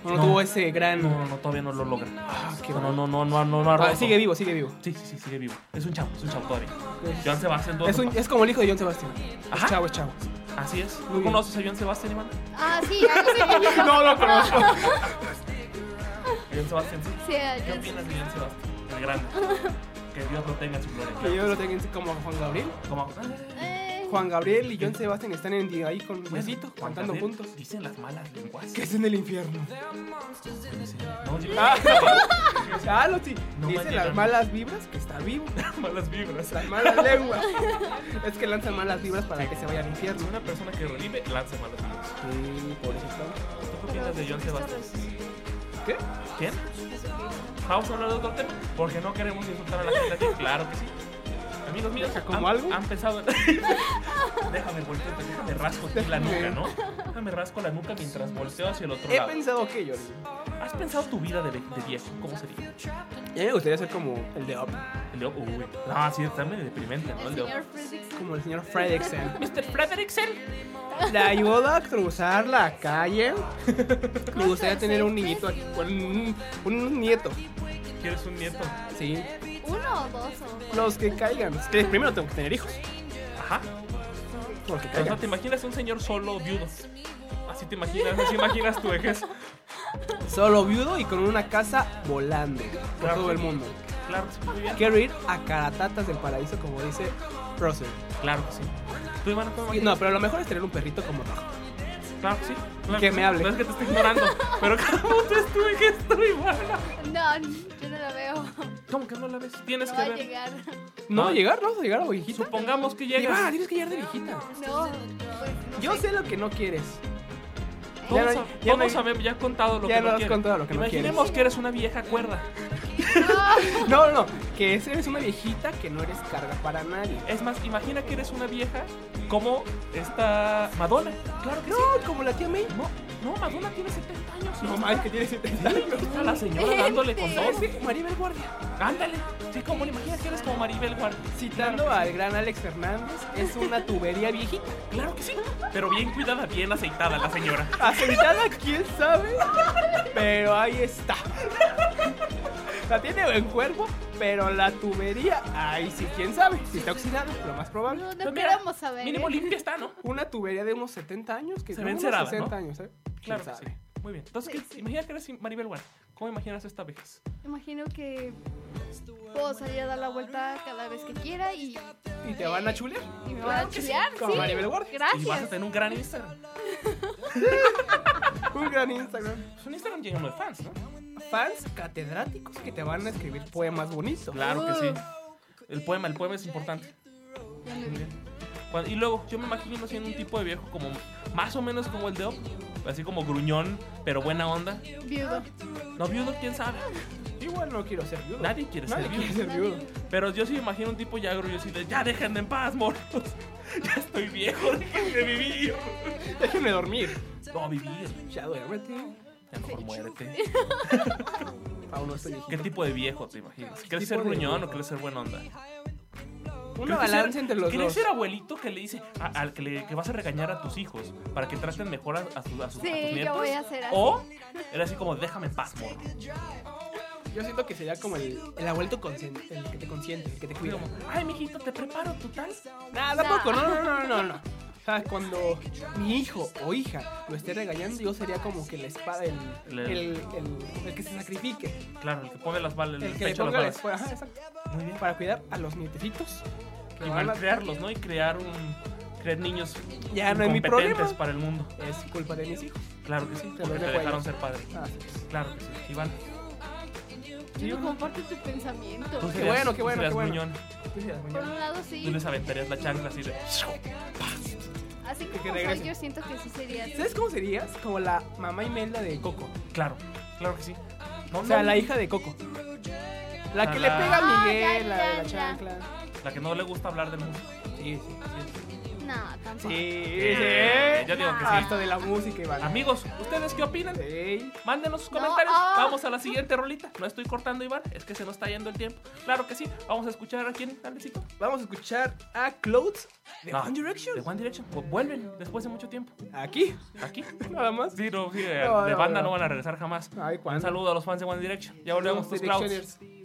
Speaker 5: ¿O no
Speaker 4: No.
Speaker 5: tuvo ese gran...
Speaker 4: No, no, todavía no lo logra.
Speaker 5: Ah, qué
Speaker 4: No,
Speaker 5: bueno.
Speaker 4: no, no, no, no, no, no ha
Speaker 5: Ah,
Speaker 4: roto.
Speaker 5: sigue vivo, sigue vivo.
Speaker 4: Sí, sí, sí, sigue vivo. Es un chavo, es un chavo todavía. John Sebastian todo
Speaker 5: Es, un-
Speaker 4: capaz.
Speaker 5: es como el hijo de John Sebastian. Es
Speaker 4: Ajá.
Speaker 5: chavo, es chavo.
Speaker 4: Así es.
Speaker 5: bien.
Speaker 4: ¿Tú conoces a John Sebastian, Iván?
Speaker 9: Ah, sí, ya lo sé.
Speaker 5: *laughs*
Speaker 3: *laughs*
Speaker 5: No lo conozco.
Speaker 4: John Sebastian, sí.
Speaker 9: Sí,
Speaker 4: ¿Qué
Speaker 9: ya-
Speaker 4: opinas de John Sebastian? el
Speaker 5: *laughs*
Speaker 4: grande. Que Dios lo tenga en su gloria.
Speaker 5: Que
Speaker 4: claro.
Speaker 5: yo lo tengo en- como Juan Gabriel.
Speaker 4: Como, "Ah,
Speaker 3: Eh,
Speaker 5: Juan Gabriel y John Sebastián están en, ahí con huesito,
Speaker 4: Juan
Speaker 5: cantando
Speaker 4: Gabriel,
Speaker 5: juntos.
Speaker 4: Dicen las malas lenguas.
Speaker 5: Que es en el infierno.
Speaker 4: No, yo-
Speaker 5: Ah, ah, lo sí.
Speaker 4: No
Speaker 5: Dicen
Speaker 4: manches,
Speaker 5: las
Speaker 4: no.
Speaker 5: malas vibras que está vivo.
Speaker 4: malas vibras.
Speaker 5: Las *laughs* malas lenguas. es que lanzan malas vibras para que se vaya al
Speaker 4: Si
Speaker 5: infierno.
Speaker 4: una persona que revive lanza malas vibras.
Speaker 5: Sí, pobrecito.
Speaker 4: ¿Tú qué opinas de John Sebastián?
Speaker 5: ¿Qué?
Speaker 4: ¿Quién? Vamos a hablar de otro tema. Porque no queremos insultar a la gente aquí. Claro que sí. Amigos míos,
Speaker 5: Deja como
Speaker 4: han,
Speaker 5: algo.
Speaker 4: han pensado. déjame voltear, déjame rasco aquí la nuca, ¿no? Déjame rasco la nuca mientras volteo hacia el otro
Speaker 5: He
Speaker 4: lado.
Speaker 5: pensado que yo.
Speaker 4: ¿Has pensado tu vida de, ve- de viejo? ¿Cómo sería?
Speaker 5: A mí me gustaría ser como el de Up.
Speaker 4: El de. Uy. No, sí, está medio deprimente, ¿no?
Speaker 3: el
Speaker 4: El de.
Speaker 3: señor Fredrickson.
Speaker 5: Como el señor *laughs* Fredrickson.
Speaker 4: Mr. Frederiksen.
Speaker 5: La ayuda a cruzar la calle. Me gustaría
Speaker 3: Cosas
Speaker 5: tener un
Speaker 3: de
Speaker 5: niñito aquí.
Speaker 3: precio.
Speaker 5: Un, un nieto.
Speaker 4: ¿Quieres un nieto?
Speaker 5: Sí.
Speaker 3: Uno o dos o
Speaker 5: Los que caigan. Es que primero tengo que tener hijos.
Speaker 4: Ajá.
Speaker 5: Los que
Speaker 4: O sea,
Speaker 5: caigan.
Speaker 4: te imaginas un señor solo viudo. Así te imaginas, así imaginas tu vejez.
Speaker 5: Solo viudo y con una casa volando. Por
Speaker 4: Claro.
Speaker 5: todo el mundo.
Speaker 4: Claro, sí, muy bien.
Speaker 5: Quiero ir a Caratatas del Paraíso, como dice Russell.
Speaker 4: Claro que sí. ¿Tú, Ivana, cómo
Speaker 5: Y- No, pero lo mejor es tener un perrito como Rojo.
Speaker 4: Claro que sí. Claro
Speaker 5: Que
Speaker 4: sí.
Speaker 5: me hable.
Speaker 4: No es que te esté ignorando, pero ¿cómo tú es tu vejez, tú, Ivana?
Speaker 3: No, yo no la veo.
Speaker 4: ¿Cómo que no la ves? Tienes
Speaker 3: No
Speaker 4: que
Speaker 3: va a
Speaker 4: ver.
Speaker 3: llegar.
Speaker 5: No,
Speaker 4: No.
Speaker 5: llegar, no, llegar a viejita.
Speaker 4: Supongamos que
Speaker 5: Ivana,
Speaker 4: llegas.
Speaker 5: tienes que llegar de viejita.
Speaker 3: No, pues no
Speaker 5: Yo
Speaker 3: sé.
Speaker 5: sé lo que no quieres.
Speaker 4: Todos,
Speaker 5: Ya no-
Speaker 4: sab-
Speaker 5: ya no-
Speaker 4: todos sabemos, ya he contado lo
Speaker 5: Ya
Speaker 4: que no
Speaker 5: nos has
Speaker 4: quiere.
Speaker 5: contado lo que no
Speaker 4: Imaginemos
Speaker 5: quieres.
Speaker 4: que eres una vieja cuerda.
Speaker 5: *laughs* No, no, no, que ese eres una viejita que no eres carga para nadie.
Speaker 4: Es más, imagina que eres una vieja como esta Madonna. Claro que sí.
Speaker 5: No, como la tía May.
Speaker 4: No, no, Madonna tiene 70 años.
Speaker 5: No,
Speaker 4: mames
Speaker 5: mames, que tiene 70 años.
Speaker 4: Está la señora dándole con todo.
Speaker 5: No, sí, Maribel Guardia.
Speaker 4: Ándale. Sí, como le imaginas que eres como Maribel Guardia.
Speaker 5: Citando al gran Alex Fernández, es una tubería viejita.
Speaker 4: Claro que sí. Pero bien cuidada, bien aceitada la señora.
Speaker 5: Ah. Aceitada, quién sabe, pero ahí está. La tiene buen cuerpo, pero la tubería, ahí sí, quién sabe. Si está oxidada, lo más probable.
Speaker 3: No,
Speaker 4: Pues
Speaker 3: no
Speaker 4: mira,
Speaker 3: queremos saber.
Speaker 4: Mínimo
Speaker 3: ¿eh?
Speaker 4: limpia está, ¿no?
Speaker 5: Una tubería de unos 70 años que
Speaker 4: Se
Speaker 5: no,
Speaker 4: ve
Speaker 5: unos
Speaker 4: encerada, ¿no?
Speaker 5: 60 años, ¿eh? ¿Quién
Speaker 4: Claro que sí.
Speaker 5: sabe?
Speaker 4: Muy bien. Entonces,
Speaker 3: Pues
Speaker 4: ¿qué- imagina que eres Maribel Guardia. ¿Cómo imaginas esta vejez?
Speaker 3: Imagino que puedo salir a dar la vuelta cada vez que quiera y,
Speaker 5: ¿Y te van a chulear?
Speaker 3: y me van a chulear.
Speaker 5: Como
Speaker 3: sí.
Speaker 5: Maribel Guardia.
Speaker 4: Y vas a
Speaker 3: Gracias.
Speaker 4: tener un gran Instagram.
Speaker 5: Un gran Instagram.
Speaker 4: Es Pues un Instagram lleno de fans, ¿no?
Speaker 5: Fans catedráticos que te van a escribir poemas bonitos.
Speaker 4: Claro que sí. El poema, el poema es importante. Cuando- y luego, yo me imagino siendo un tipo de viejo como más o menos como el de Op, así como gruñón, pero buena onda.
Speaker 3: Viudo.
Speaker 4: No viudo, quién sabe.
Speaker 5: Igual no quiero ser viudo.
Speaker 4: Nadie quiere ser
Speaker 5: Nadie
Speaker 4: viudo.
Speaker 5: quiere ser viudo.
Speaker 4: Pero yo sí me imagino un tipo ya gruñón así de ya déjenme en paz, morros. *laughs* Ya estoy viejo, déjenme vivir.
Speaker 5: Déjenme dormir.
Speaker 4: No, vivir.
Speaker 5: Ya duérmete.
Speaker 4: Ya mejor muérete.
Speaker 5: Aún no estoy viejito.
Speaker 4: ¿Qué tipo de viejo te imaginas? ¿Quieres
Speaker 5: tipo
Speaker 4: ser
Speaker 5: de
Speaker 4: gruñón
Speaker 5: viejo?
Speaker 4: o quieres ser buena onda?
Speaker 5: Una balance entre los
Speaker 4: ¿Quieres
Speaker 5: dos.
Speaker 4: ser abuelito que le dice a- al que, le, que vas a regañar a tus hijos para que traten mejor a, a sus- a sus, a tus
Speaker 3: Sí, yo
Speaker 4: nietos?
Speaker 3: voy a hacer así.
Speaker 4: O era así como, déjame en paz, morro.
Speaker 5: Yo siento que sería como el, el abuelito consciente, el que te consiente, el que te
Speaker 4: Y
Speaker 5: cuida.
Speaker 4: como, ay, mijito, te preparo tu tal.
Speaker 5: Nada, tampoco, no, no, no, no, no. O sea, cuando mi hijo o hija lo esté regañando, yo sería como que la espada, el, el,
Speaker 4: El-
Speaker 5: el- el que se sacrifique,
Speaker 4: Claro, el que pone las balas,
Speaker 5: el,
Speaker 4: el,
Speaker 5: que le
Speaker 4: pecho a las
Speaker 5: ponga la
Speaker 4: balas.
Speaker 5: espada, ajá, exacto,
Speaker 4: Muy bien.
Speaker 5: para cuidar a los nietecitos. que
Speaker 4: Y
Speaker 5: van a-
Speaker 4: malcriarlos, ¿no? Y crear un... crear niños
Speaker 5: Ya no es mi
Speaker 4: incompetentes
Speaker 5: problema.
Speaker 4: para el mundo.
Speaker 5: Es culpa de mis hijos.
Speaker 4: Claro que sí,
Speaker 5: Te
Speaker 4: porque
Speaker 5: lo
Speaker 4: te
Speaker 5: dejo
Speaker 4: dejaron
Speaker 5: ahí.
Speaker 4: ser padre.
Speaker 5: Ah, sí, pues.
Speaker 4: Claro que sí. Iván,
Speaker 7: Oh.
Speaker 3: Yo no comparto tu pensamiento.
Speaker 4: tú
Speaker 5: Qué
Speaker 4: serías-
Speaker 5: bueno, qué
Speaker 4: tú
Speaker 5: bueno,
Speaker 4: serías
Speaker 5: qué bueno.
Speaker 4: gruñón.
Speaker 5: Tú sí, las
Speaker 3: Por
Speaker 5: mañanas.
Speaker 3: un lado
Speaker 4: Tú
Speaker 3: sí,
Speaker 4: les aventarías la chancla así de...
Speaker 3: así como
Speaker 5: que
Speaker 3: soy,
Speaker 5: regresen.
Speaker 3: yo siento que sí sería. así.
Speaker 5: ¿Sabes cómo serías? Como la mamá Imelda de Coco.
Speaker 4: Claro, claro que sí. No,
Speaker 5: O sea,
Speaker 4: no,
Speaker 5: la hija de Coco. La que le
Speaker 4: Ah,
Speaker 5: pega a Miguel,
Speaker 3: ya,
Speaker 5: la de
Speaker 3: ya,
Speaker 5: la
Speaker 3: ya.
Speaker 5: chancla.
Speaker 4: La que no le gusta hablar del mundo.
Speaker 5: Sí, sí, sí.
Speaker 3: No, tampoco.
Speaker 5: Sí,
Speaker 4: Yo digo que sí.
Speaker 5: Hasta de la música, Iván.
Speaker 4: Amigos, ¿ustedes qué opinan?
Speaker 5: Sí.
Speaker 4: Mándenos sus
Speaker 3: No,
Speaker 4: comentarios.
Speaker 3: ah.
Speaker 4: Vamos a la siguiente rolita. No estoy cortando, Iván. Es que se nos está yendo el tiempo. Claro que sí. Vamos a escuchar a quién, Andresito.
Speaker 5: Vamos a escuchar a Clothes de
Speaker 4: No,
Speaker 5: One Direction.
Speaker 4: Ah, De One Direction. Vu- Vuelven después de mucho tiempo.
Speaker 5: Aquí,
Speaker 4: Aquí.
Speaker 5: nada más.
Speaker 4: Sí, no, sí, de,
Speaker 5: No,
Speaker 4: de
Speaker 5: no,
Speaker 4: banda
Speaker 5: no.
Speaker 4: no van a regresar jamás.
Speaker 5: Ay,
Speaker 4: Un
Speaker 5: ¿cuándo?
Speaker 4: saludo a los fans de One Direction. Ya volvemos, tus clouds.
Speaker 5: Directioners.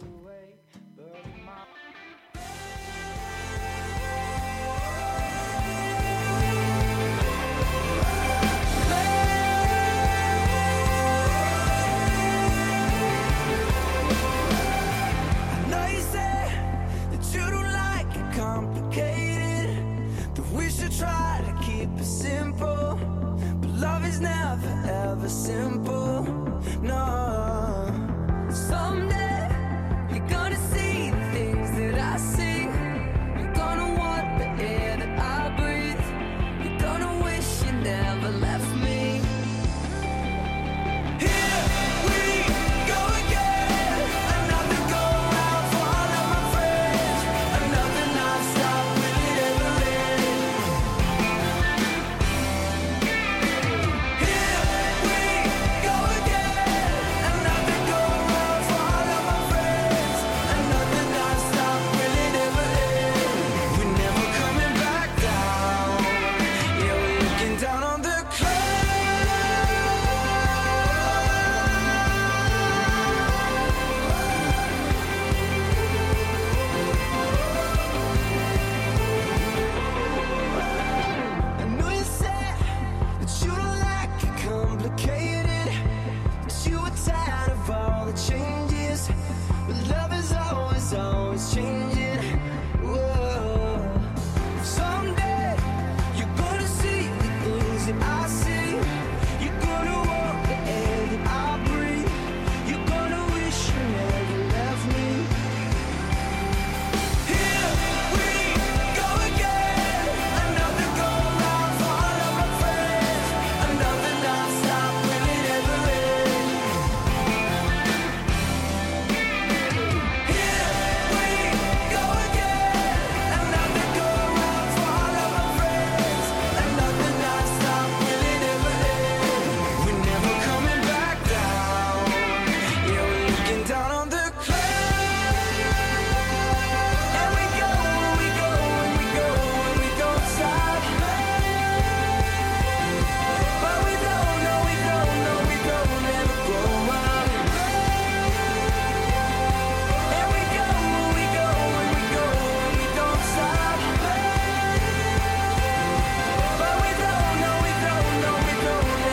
Speaker 10: I
Speaker 6: super simple, but love is never ever simple. No. Someday you're gonna see the things that I see. You're gonna want the air that I breathe. You're gonna wish you never left me. Here we go again. Another go round for all of my friends. Another non-stop, will it ever end? Here we go again. Another go round for all of my friends. Another non-stop, will it ever end? We're never coming back down. Yeah, we're looking down on the clouds. I know you said that you don't like it complicated, that you were tired of all the changes, but love is always, always changing. Whoa. Someday you're gonna see the things that I see. You're gonna walk the air that I breathe. You're gonna wish you never left me. Here we go again, another go round for all of my friends, another non-stop, will it ever end? Here we go again, another go round for all of my friends, another non-stop, will it ever end? We're never coming back down, yeah we're looking down on the clouds. And we go, we go, we go, we don't stop. But we don't, no, we don't, no, we don't ever grow up. And we go, we go, we go, we don't stop. But we don't, no, we don't, no, we don't ever grow up.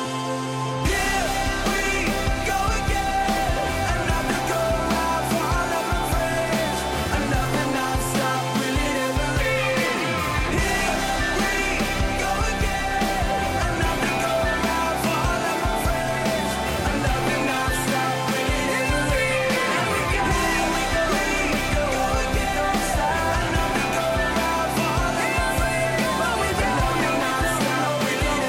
Speaker 6: Here we go again, another go round for all of my friends, another non-stop, will it ever end? Here we go again, another go round for all of my friends, another non-stop, will it ever end? And we go, we go, we go, we don't stop, another go round for all of my friends, but we don't, no, non-stop, will it ever end?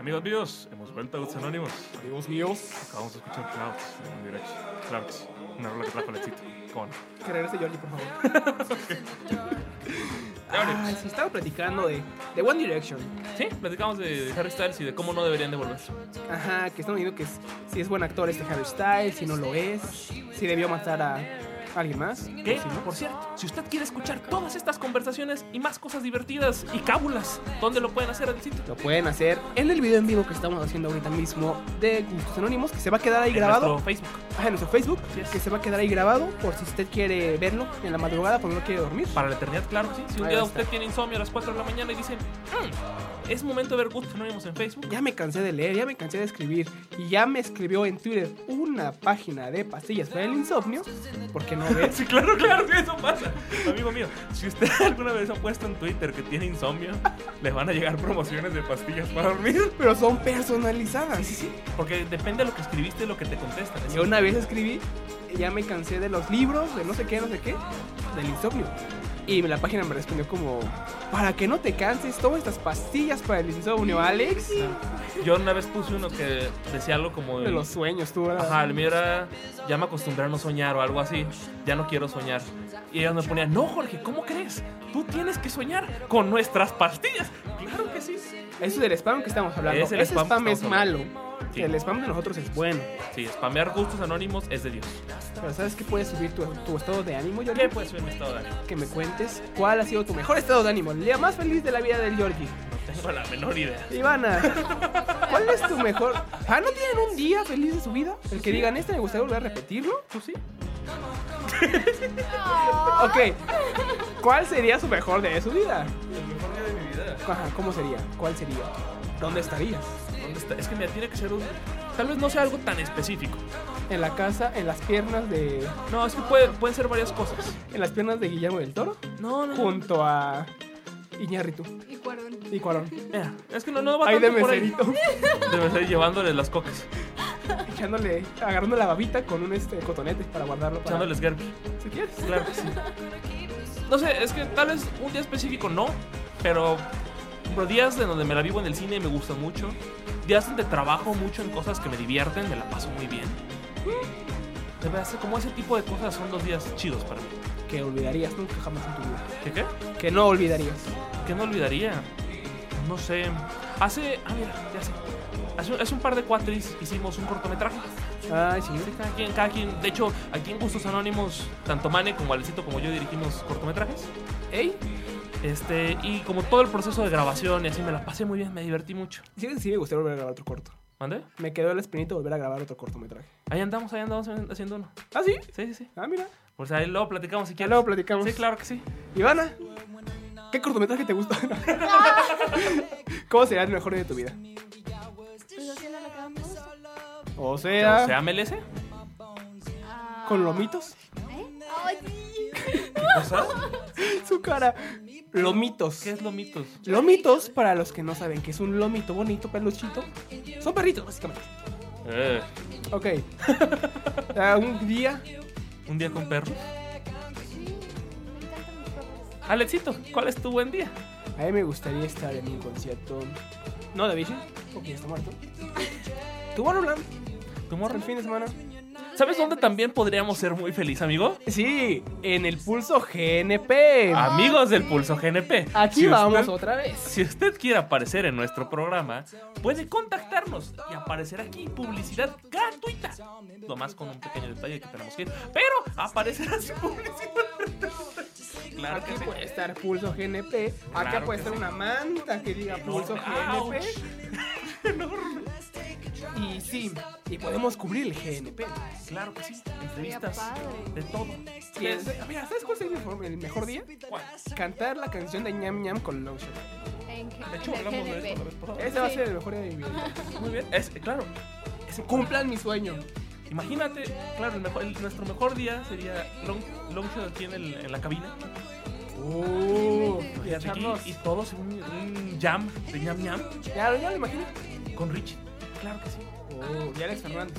Speaker 4: Amigos míos, hemos vuelto a los anónimos.
Speaker 5: Amigos míos.
Speaker 4: Acabamos de escuchar Clouds de One Direction. Clouds, una rola que trajo Alexito. Con.
Speaker 5: Que regrese Johnny, por favor.
Speaker 4: *laughs*
Speaker 5: Ah, sí, estaba platicando de, de One Direction.
Speaker 4: Sí, platicamos de Harry Styles y de cómo no deberían devolver.
Speaker 5: Ajá, que están diciendo que es- si es buen actor este Harry Styles, si no lo es, si debió matar a alguien más.
Speaker 4: Que, por cierto, si usted quiere escuchar todas estas conversaciones y más cosas divertidas y cábulas, ¿dónde lo pueden hacer, Alexito?
Speaker 5: Lo pueden hacer en el video en vivo que estamos haciendo ahorita mismo de Gustos Anónimos, que se va a quedar ahí grabado.
Speaker 4: En nuestro Facebook.
Speaker 5: Ajá, en nuestro Facebook,
Speaker 4: Así es.
Speaker 5: que se va a quedar ahí grabado por si usted quiere verlo en la madrugada porque no quiere dormir.
Speaker 4: Para la eternidad, claro que sí. Si un
Speaker 5: Ahí
Speaker 4: día
Speaker 5: está.
Speaker 4: usted tiene insomnio a las 4 de la mañana y dice, "Mm, es momento de ver Gustos Anónimos en *laughs* Facebook.
Speaker 5: Ya me cansé de leer, ya me cansé de escribir y ya me escribió en Twitter una página de pastillas para el insomnio, porque no ves. *laughs*
Speaker 4: Sí, claro, claro, sí, eso pasa. Amigo mío, si usted *laughs* alguna vez ha puesto en Twitter que tiene *laughs* insomnio, le van a llegar promociones de pastillas para dormir.
Speaker 5: Pero son personalizadas.
Speaker 4: Porque depende de lo que escribiste y lo que te contestan.
Speaker 5: Yo una vez escribí, ya me cansé de los libros, de no sé qué, no sé qué, del insomnio. Y la página me respondió como, para que no te canses, toma estas pastillas para el insomnio, Alex.
Speaker 4: Yo una vez puse uno que decía algo como.
Speaker 5: De los sueños, tú. ¿verdad?
Speaker 4: Ajá, el mío era. Ya me acostumbré a no soñar o algo así. Ya no quiero soñar. Y ellos me ponían, no, Jorge, ¿cómo crees? Tú tienes que soñar con nuestras pastillas. Claro que sí.
Speaker 5: Eso del spam que estamos hablando.
Speaker 4: Es el
Speaker 5: Ese
Speaker 4: spam
Speaker 5: spam,
Speaker 4: que
Speaker 5: es
Speaker 4: estamos
Speaker 5: malo.
Speaker 4: hablando. Sí.
Speaker 5: El spam de nosotros es bueno.
Speaker 4: Sí, spamear gustos anónimos es de Dios.
Speaker 5: Pero ¿sabes qué puedes subir tu, tu estado de ánimo, Jordi?
Speaker 4: ¿Qué puede ser mi estado de ánimo?
Speaker 5: Que me cuentes cuál ha sido tu mejor estado de ánimo, el día más feliz de la vida del Georgie.
Speaker 4: No tengo la menor idea.
Speaker 5: Ivana, ¿cuál es tu mejor? ¿Ah, no tienen un día feliz de su vida? El que digan, este me gustaría volver a repetirlo.
Speaker 4: ¿Tú sí?
Speaker 5: Ok, ¿cuál sería su mejor día de su vida?
Speaker 4: El mejor día de mi vida.
Speaker 5: Ajá, ¿cómo sería? ¿Cuál sería? ¿Dónde estarías?
Speaker 4: ¿Dónde está? Es que mira, tiene que ser un. Tal vez no sea algo tan específico.
Speaker 5: ¿En la casa, en las piernas de.
Speaker 4: No, es que puede- pueden ser varias cosas.
Speaker 5: en las piernas de Guillermo del Toro?
Speaker 4: No, no. no.
Speaker 5: Junto a. Iñarritu
Speaker 3: Y cuerdón.
Speaker 5: y Cuarón.
Speaker 4: Mira, es que no, no va
Speaker 5: Ahí de
Speaker 4: tanto por
Speaker 5: meserito,
Speaker 4: Debe ser llevándoles las cocas,
Speaker 5: echándole, agarrando la babita con un este cotonete para guardarlo. Para,
Speaker 4: echándoles Gerber.
Speaker 5: Si quieres.
Speaker 4: Claro que sí. No sé, es que tal vez un día específico no, pero, pero días de donde me la vivo en el cine me gusta mucho. Días donde trabajo mucho en cosas que me divierten, me la paso muy bien. De verdad, como ese tipo de cosas son los días chidos para mí.
Speaker 5: Que olvidarías nunca jamás en tu vida.
Speaker 4: ¿Qué qué?
Speaker 5: Que no olvidarías.
Speaker 4: ¿Qué no olvidaría? No sé. Hace. Ah, mira, ya sé. Hace, hace un par de cuatris hicimos un cortometraje.
Speaker 5: Ay, sí.
Speaker 4: Cada quien, cada quien. De hecho, aquí en Gustos Anónimos, tanto Mane como Alecito como yo dirigimos cortometrajes.
Speaker 5: ¿Ey?
Speaker 4: Este, y como todo el proceso de grabación y así me la pasé muy bien, me divertí mucho.
Speaker 5: Sí, sí, me gustaría volver a grabar otro corto.
Speaker 4: ¿Mande?
Speaker 5: Me quedó el espinito de volver a grabar otro cortometraje.
Speaker 4: Ahí andamos, ahí andamos haciendo uno.
Speaker 5: ¿Ah, sí?
Speaker 4: Sí, sí, sí.
Speaker 5: Ah, mira.
Speaker 4: Pues ahí luego platicamos si
Speaker 5: Ya
Speaker 4: quieres.
Speaker 5: luego platicamos.
Speaker 4: Sí, claro que sí.
Speaker 5: Ivana, ¿qué cortometraje te gusta? *laughs* ¿Cómo será el mejor día de tu vida?
Speaker 3: Pues haciendo lo que más me gusta.
Speaker 5: O
Speaker 4: O
Speaker 5: sea,
Speaker 4: sea, MLS. ¿Qué
Speaker 3: Ah,
Speaker 5: con lomitos. *laughs*
Speaker 3: ¿Eh? Ay, sí.
Speaker 4: cosa?
Speaker 5: Su cara. Lomitos.
Speaker 4: ¿Qué es lomitos?
Speaker 5: Lomitos, para los que no saben que es un lomito bonito, peluchito, son perritos, básicamente.
Speaker 4: Eh,
Speaker 5: Ok. *laughs* Ah, un día.
Speaker 4: un día con perros.
Speaker 3: Sí, me encantan mis perros.
Speaker 4: Alexito, ¿cuál es tu buen día?
Speaker 5: A mí me gustaría estar en un concierto. No de Avicii, porque ya está muerto. Tu Tomorrowland,
Speaker 4: ¿Tu
Speaker 5: el
Speaker 4: morro?
Speaker 5: fin de semana.
Speaker 4: ¿Sabes dónde también podríamos ser muy feliz, amigo?
Speaker 5: Sí, en el pulso GNP.
Speaker 4: Amigos del Pulso GNP.
Speaker 5: Aquí
Speaker 4: Si
Speaker 5: vamos
Speaker 4: Ah, usted-
Speaker 5: otra vez.
Speaker 4: Si usted quiere aparecer en nuestro programa, puede contactarnos y aparecer aquí publicidad gratuita. Lo más con un pequeño detalle que tenemos que ir, pero aparecerá su publicidad. claro
Speaker 5: Aquí
Speaker 4: que sí.
Speaker 5: puede estar pulso GNP. Acá
Speaker 4: Claro
Speaker 5: puede
Speaker 4: que
Speaker 5: estar
Speaker 4: sí.
Speaker 5: una manta que diga pulso
Speaker 4: Enorme.
Speaker 5: GNP. *laughs* Y sí, y podemos cubrir el GNP.
Speaker 4: Claro que sí. Entrevistas
Speaker 3: padre.
Speaker 4: de todo.
Speaker 5: Y es- mira, ¿sabes cuál sería el mejor- el mejor día?
Speaker 4: ¿Cuál?
Speaker 5: Cantar la canción de ñam ñam con Longshot.
Speaker 3: En,
Speaker 4: De
Speaker 3: en
Speaker 4: hecho,
Speaker 3: el
Speaker 4: hablamos de esto la
Speaker 3: GNP.
Speaker 4: vez pasada.
Speaker 5: Ese va a
Speaker 3: Sí.
Speaker 5: ser el mejor día de mi vida.
Speaker 4: Muy bien. Es, claro.
Speaker 5: Se cumplan mi sueño.
Speaker 4: Imagínate, claro, el mejor- el- nuestro mejor día sería long, long shot aquí en, el- en la cabina.
Speaker 5: Uh, y
Speaker 4: Fíjate aquí,
Speaker 5: echarnos.
Speaker 4: y todos un, un jam de ñam ñam
Speaker 5: Ya, ya lo imagino.
Speaker 4: con Richie. Claro que sí.
Speaker 5: Oh, y Alex Fernández.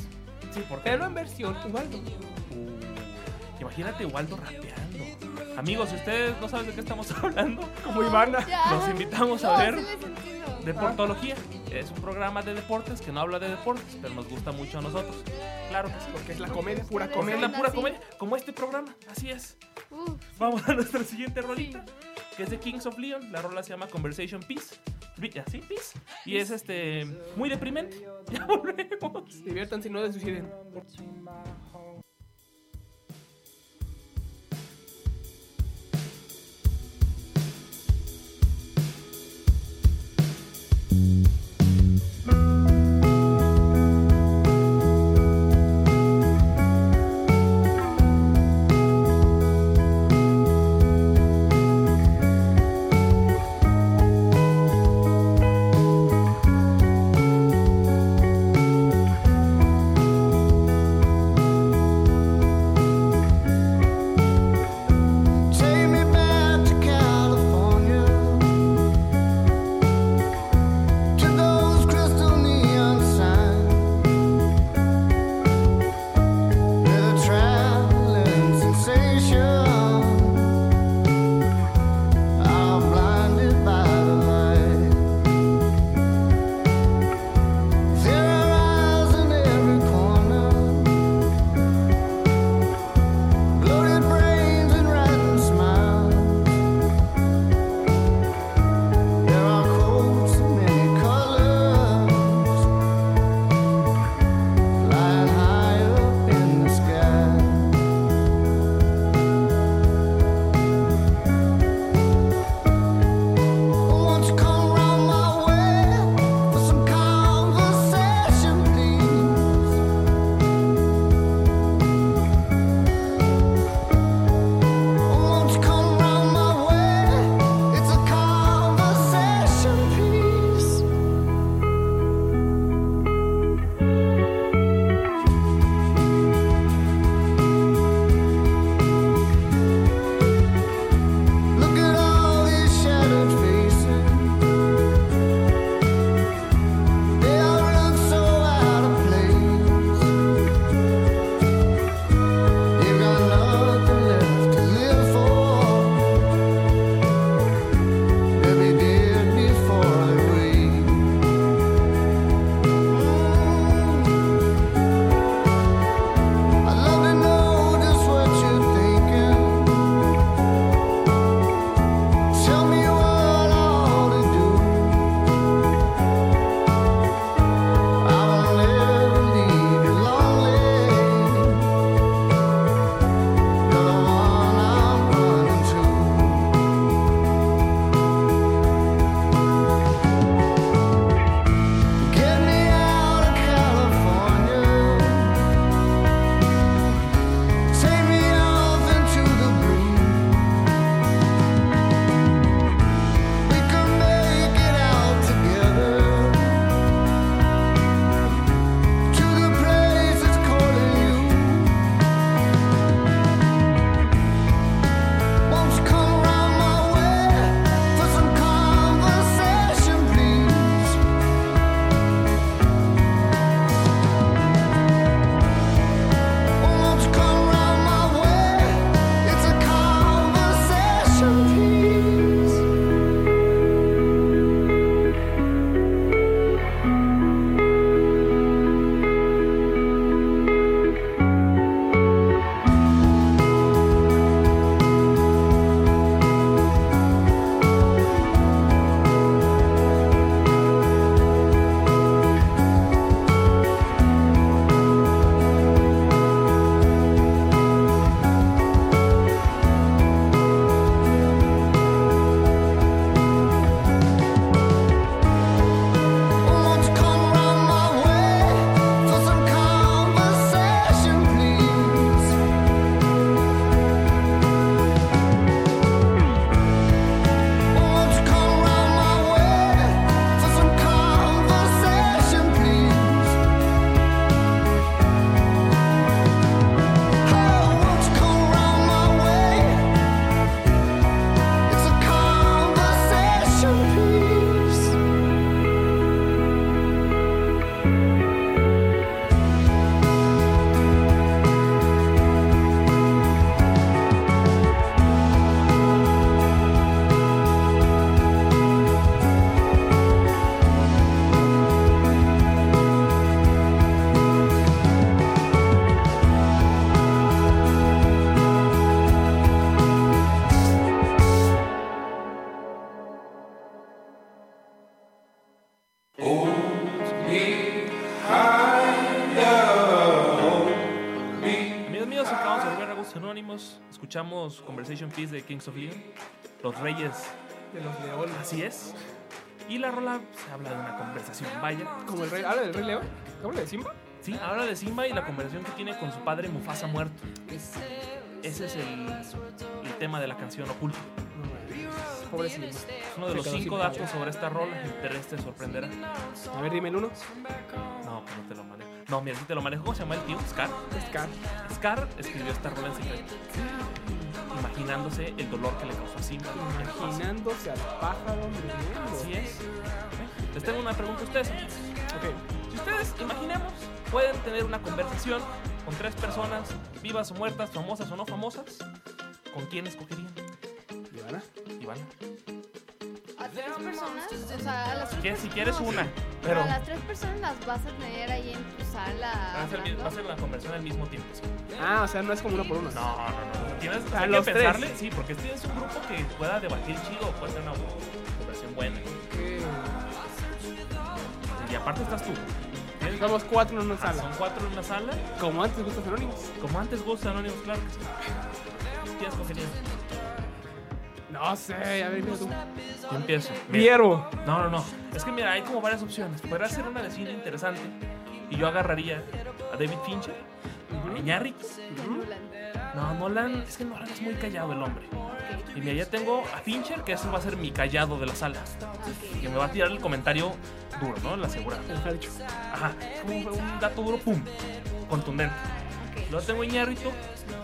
Speaker 4: Sí, porque
Speaker 5: Pero en versión Ubaldo.
Speaker 4: Uh, imagínate Waldo rapeando. Amigos, si ustedes no saben de qué estamos *laughs* hablando,
Speaker 5: Como Ivana.
Speaker 3: Ya.
Speaker 4: los invitamos
Speaker 3: No,
Speaker 4: a ver
Speaker 3: sí les entiendo.
Speaker 4: Deportología. Es un programa de deportes que no habla de deportes, pero nos gusta mucho a nosotros. Claro que sí.
Speaker 5: Porque es la comedia, pura
Speaker 4: Porque es la
Speaker 5: comedia.
Speaker 4: pura
Speaker 3: Sí.
Speaker 4: comedia, como este programa. Así es.
Speaker 3: Uf,
Speaker 4: Vamos a nuestra siguiente rolita, que es de Kings of Leon. La rola se llama Conversation Peace. Pi- ¿Así? Peace. Y es este muy deprimente. *laughs* Ya volvemos.
Speaker 5: Diviértanse y no se suiciden.
Speaker 4: años escuchamos Conversation Piece de Kings of Leon, Los Reyes,
Speaker 5: De los leones.
Speaker 4: así es. Y la rola se habla de una conversación, vaya.
Speaker 5: Como el rey. ¿Habla del rey león? ¿Habla de Simba?
Speaker 4: Sí, habla de Simba y la conversación que tiene con su padre Mufasa muerto. Ese es el, el tema de la canción Oculto.
Speaker 5: Pobre Simba.
Speaker 4: Es uno de los
Speaker 5: Se quedó
Speaker 4: cinco
Speaker 5: sin
Speaker 4: datos sobre esta rola que te te sorprenderá.
Speaker 5: A ver, dime el uno.
Speaker 4: No, pues no te lo manejo. No, mira, sí te lo manejo. ¿Cómo se llama el tío? Scar.
Speaker 5: Scar.
Speaker 4: Scar escribió esta rola en secreto, imaginándose el dolor que le causó a Simba.
Speaker 5: Imaginándose al pájaro muriendo.
Speaker 4: Así es. Les tengo una pregunta a ustedes.
Speaker 5: Ok.
Speaker 4: Si ustedes, imaginemos, pueden tener una conversación con tres personas, vivas o muertas, famosas o no famosas, ¿con quién escogerían?
Speaker 5: Ivana.
Speaker 4: Ivana.
Speaker 3: A tres personas, o sea, a las tres
Speaker 4: ¿Qué?
Speaker 3: personas-
Speaker 4: Si quieres
Speaker 3: no,
Speaker 4: una,
Speaker 3: sí,
Speaker 4: pero
Speaker 3: a las tres personas las vas a tener ahí en tu sala.
Speaker 4: va a ser, mi- va a
Speaker 3: hablando.
Speaker 4: ser la conversación al mismo tiempo. sí.
Speaker 5: Ah, o sea, no es como uno por uno.
Speaker 4: No, no, no. Tienes o sea,
Speaker 5: A
Speaker 4: hay
Speaker 5: los
Speaker 4: que
Speaker 5: tres.
Speaker 4: pensarle, sí, porque este es un grupo que pueda debatir chido, puede ser una conversación buena.
Speaker 5: Ok.
Speaker 4: Y aparte estás tú. Tienes-
Speaker 5: Somos cuatro en una
Speaker 4: Ah, Son
Speaker 5: sala.
Speaker 4: cuatro en una sala.
Speaker 5: Como antes, gustos anónimos.
Speaker 4: Como antes gusta Anónimos, claro que sí. ¿Qué escogerías?
Speaker 5: No sé, a ver, dime tú.
Speaker 4: Yo empiezo.
Speaker 5: Vierbo.
Speaker 4: No, no, no. Es que mira, hay como varias opciones. Podría ser una de cine interesante. Y yo agarraría a David Fincher, a Iñárritu. No, Nolan, es que Nolan es muy callado el hombre. Y mira, ya tengo a Fincher, que ese va a ser mi callado de la sala. Que me va a tirar el comentario duro, ¿no? La segura.
Speaker 5: El Fercho.
Speaker 4: Ajá. Es como un dato duro, pum. Contundente. Luego tengo a Iñárritu,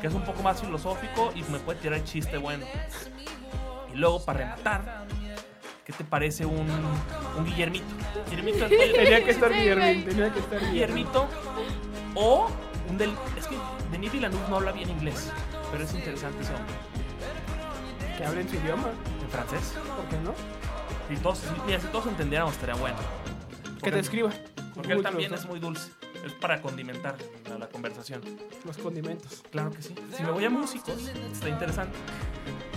Speaker 4: que es un poco más filosófico y me puede tirar chiste bueno. Y luego, para rematar, ¿qué te parece un, un Guillermito? Guillermito, del Toro.
Speaker 5: Tenía que
Speaker 3: *laughs*
Speaker 5: estar
Speaker 3: Sí,
Speaker 5: Guillermín,
Speaker 3: güey.
Speaker 5: tenía que estar Guillermín.
Speaker 4: Guillermito o un del... Es que Denis Villeneuve no habla bien inglés, pero es interesante ese hombre.
Speaker 5: Que hable en su idioma,
Speaker 4: En francés.
Speaker 5: ¿por qué no?
Speaker 4: Si todos, si- mira, si todos entendiéramos, estaría bueno.
Speaker 5: Que te escriba.
Speaker 4: Porque él
Speaker 5: Google
Speaker 4: también es
Speaker 5: Traductor.
Speaker 4: muy dulce. Es para condimentar la- la conversación.
Speaker 5: Los condimentos.
Speaker 4: Claro que sí. Si me voy a músicos, está interesante.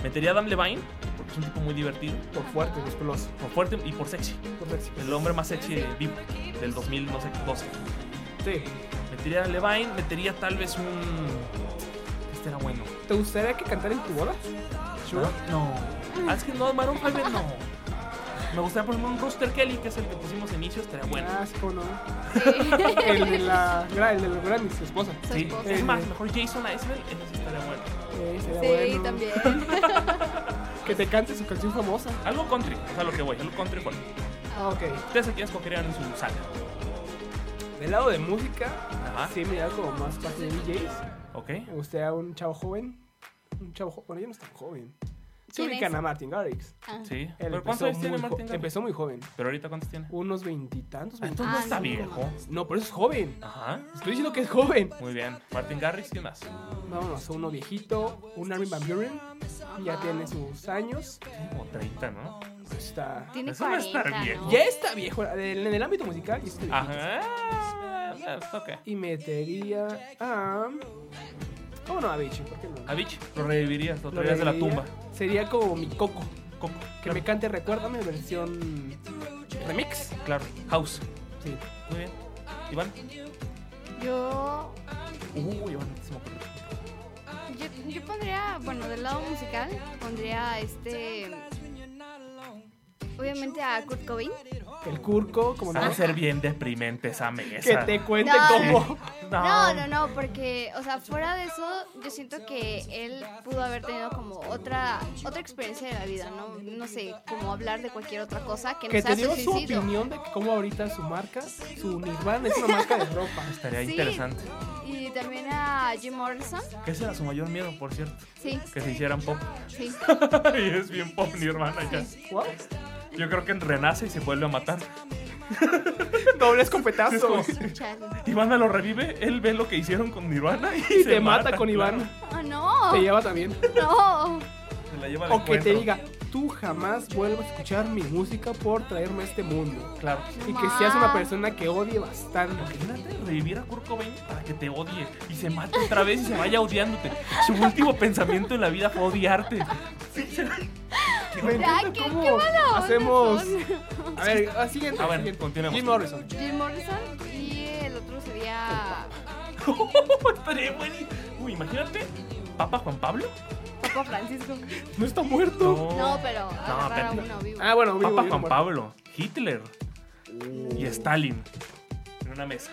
Speaker 4: Metería a Dan Levine, porque es un tipo muy divertido,
Speaker 5: Por fuerte, los pelos.
Speaker 4: por fuerte y por sexy.
Speaker 5: Por sexy.
Speaker 4: El hombre más sexy de vivo del 2000, no sé, 12.
Speaker 5: Sí.
Speaker 4: Metería a Levine, metería tal vez un. Este era bueno.
Speaker 5: ¿Te gustaría que cantara en tu boda? Sure.
Speaker 4: No. Ah, es que no, Maroon 5 no. Me gustaría poner un Rooster Kelly, que es el que pusimos en inicio, estaría bueno.
Speaker 5: Ah, sí, cómo no. el de la. gra- El de los Grammys, su esposa.
Speaker 3: Su
Speaker 4: Sí,
Speaker 3: esposa.
Speaker 4: es más, mejor Jason Isabel, eso sí estaría bueno.
Speaker 5: Eh, sería
Speaker 3: Sí,
Speaker 4: *laughs*
Speaker 5: bueno.
Speaker 3: también.
Speaker 5: Que te cante su canción famosa.
Speaker 4: Algo country, o sea, lo que voy, algo country bueno.
Speaker 5: Ah, ok.
Speaker 4: Ustedes aquí escogerían en su sala.
Speaker 5: Del lado de música,
Speaker 4: Ajá.
Speaker 5: sí me da como más parte de DJs.
Speaker 4: Ok.
Speaker 5: Me gustaría un chavo joven. Un chavo joven. Bueno, ya no es tan joven. Sí,
Speaker 3: ¿Quién
Speaker 5: ubican
Speaker 3: es? Ah,
Speaker 5: a Martin Garrix.
Speaker 4: Sí.
Speaker 5: Él
Speaker 4: ¿Pero cuántos años
Speaker 5: empezó
Speaker 4: tiene
Speaker 5: muy jo-
Speaker 4: Martin Garrix?
Speaker 5: Empezó muy joven.
Speaker 4: Pero ahorita cuántos tiene?
Speaker 5: Unos veintitantos.
Speaker 4: Ah,
Speaker 5: veinti-
Speaker 4: Entonces no
Speaker 3: Ah,
Speaker 4: está
Speaker 3: sí.
Speaker 4: viejo.
Speaker 5: No, pero es joven.
Speaker 4: Ajá.
Speaker 5: Estoy diciendo que es joven.
Speaker 4: Muy bien. Martin Garrix, ¿quién más?
Speaker 5: Vámonos a uno viejito, un Armin Van Buren. Ya tiene sus años.
Speaker 4: Como 30, ¿no?
Speaker 5: Está.
Speaker 3: Tiene
Speaker 4: Eso no es estar
Speaker 3: 40,
Speaker 4: viejo.
Speaker 3: ¿no?
Speaker 5: Ya está viejo. En el ámbito musical, ya está
Speaker 4: Ah.
Speaker 5: viejito.
Speaker 4: Ajá. Pues, Ok.
Speaker 5: Y metería a. ¿Cómo no, a Bichi? ¿Por qué no?
Speaker 4: Avicii, lo revivirías, lo
Speaker 5: Lo
Speaker 4: traerías de la
Speaker 5: reviviría.
Speaker 4: tumba.
Speaker 5: Sería como mi coco.
Speaker 4: Coco.
Speaker 5: Que me cante Recuérdame versión remix.
Speaker 4: Claro. House.
Speaker 5: Sí.
Speaker 4: Muy bien. Iván.
Speaker 3: Yo,
Speaker 4: Uh, Iván, se me ocurrió.
Speaker 3: yo, yo pondría, bueno, del lado musical, pondría este. Obviamente a Kurt Cobain.
Speaker 5: El curco, como no.
Speaker 4: Va a ser bien deprimente Ah, esa mesa.
Speaker 5: Que te cuente
Speaker 3: No.
Speaker 5: cómo.
Speaker 3: No, no, no, porque, o sea, fuera de eso, yo siento que él pudo haber tenido como otra otra experiencia de la vida, ¿no? No sé, como hablar de cualquier otra cosa que no
Speaker 5: Que
Speaker 3: sea
Speaker 5: te
Speaker 3: su
Speaker 5: dio su
Speaker 3: suicidio.
Speaker 5: opinión de cómo ahorita su marca, su Nirvana es una marca de ropa.
Speaker 4: Estaría
Speaker 3: Sí.
Speaker 4: interesante.
Speaker 3: Y también a Jim Morrison.
Speaker 4: Que ese era su mayor miedo, por cierto.
Speaker 3: Sí,
Speaker 4: Que se hicieran pop. *laughs*
Speaker 3: sí.
Speaker 4: y es bien pop, mi hermana ya.
Speaker 5: ¿What?
Speaker 4: Yo creo que renace y se vuelve a matar.
Speaker 5: Doble escopetazo.
Speaker 3: Chale.
Speaker 4: Ivana lo revive, él ve lo que hicieron con Nirvana y,
Speaker 5: Y
Speaker 4: se
Speaker 5: te mata con
Speaker 4: claro.
Speaker 5: Iván.
Speaker 3: Oh, no,
Speaker 5: Te lleva también.
Speaker 3: no.
Speaker 4: Se la lleva al
Speaker 5: O que te
Speaker 4: encuentro.
Speaker 5: diga, tú jamás vuelvas a escuchar mi música por traerme a este mundo.
Speaker 4: Claro.
Speaker 5: Y que seas una persona que odie bastante.
Speaker 4: Imagínate revivir a Kurt Cobain para que te odie y se mate otra vez y se vaya odiándote. Su último pensamiento en la vida fue odiarte. *laughs*
Speaker 5: Me
Speaker 3: Ay,
Speaker 5: encanta
Speaker 3: qué-
Speaker 5: cómo
Speaker 3: qué mala onda
Speaker 5: hacemos.
Speaker 3: son.
Speaker 5: A ver, ah, siguiente.
Speaker 4: A ver,
Speaker 5: siguiente.
Speaker 4: continuemos.
Speaker 5: Jim Morrison.
Speaker 3: Jim Morrison y el otro sería.
Speaker 4: ¡Oh, Estaría buenísimo. Uy, imagínate Papa Juan Pablo?
Speaker 3: Papa Francisco.
Speaker 5: No está muerto.
Speaker 4: Oh.
Speaker 3: No, pero agarrar
Speaker 4: pero-
Speaker 3: a uno vivo.
Speaker 5: Ah, bueno, vivo,
Speaker 4: Papa
Speaker 5: vivo,
Speaker 4: Juan
Speaker 5: muerto.
Speaker 4: Pablo, Hitler
Speaker 5: Uh.
Speaker 4: y Stalin en una mesa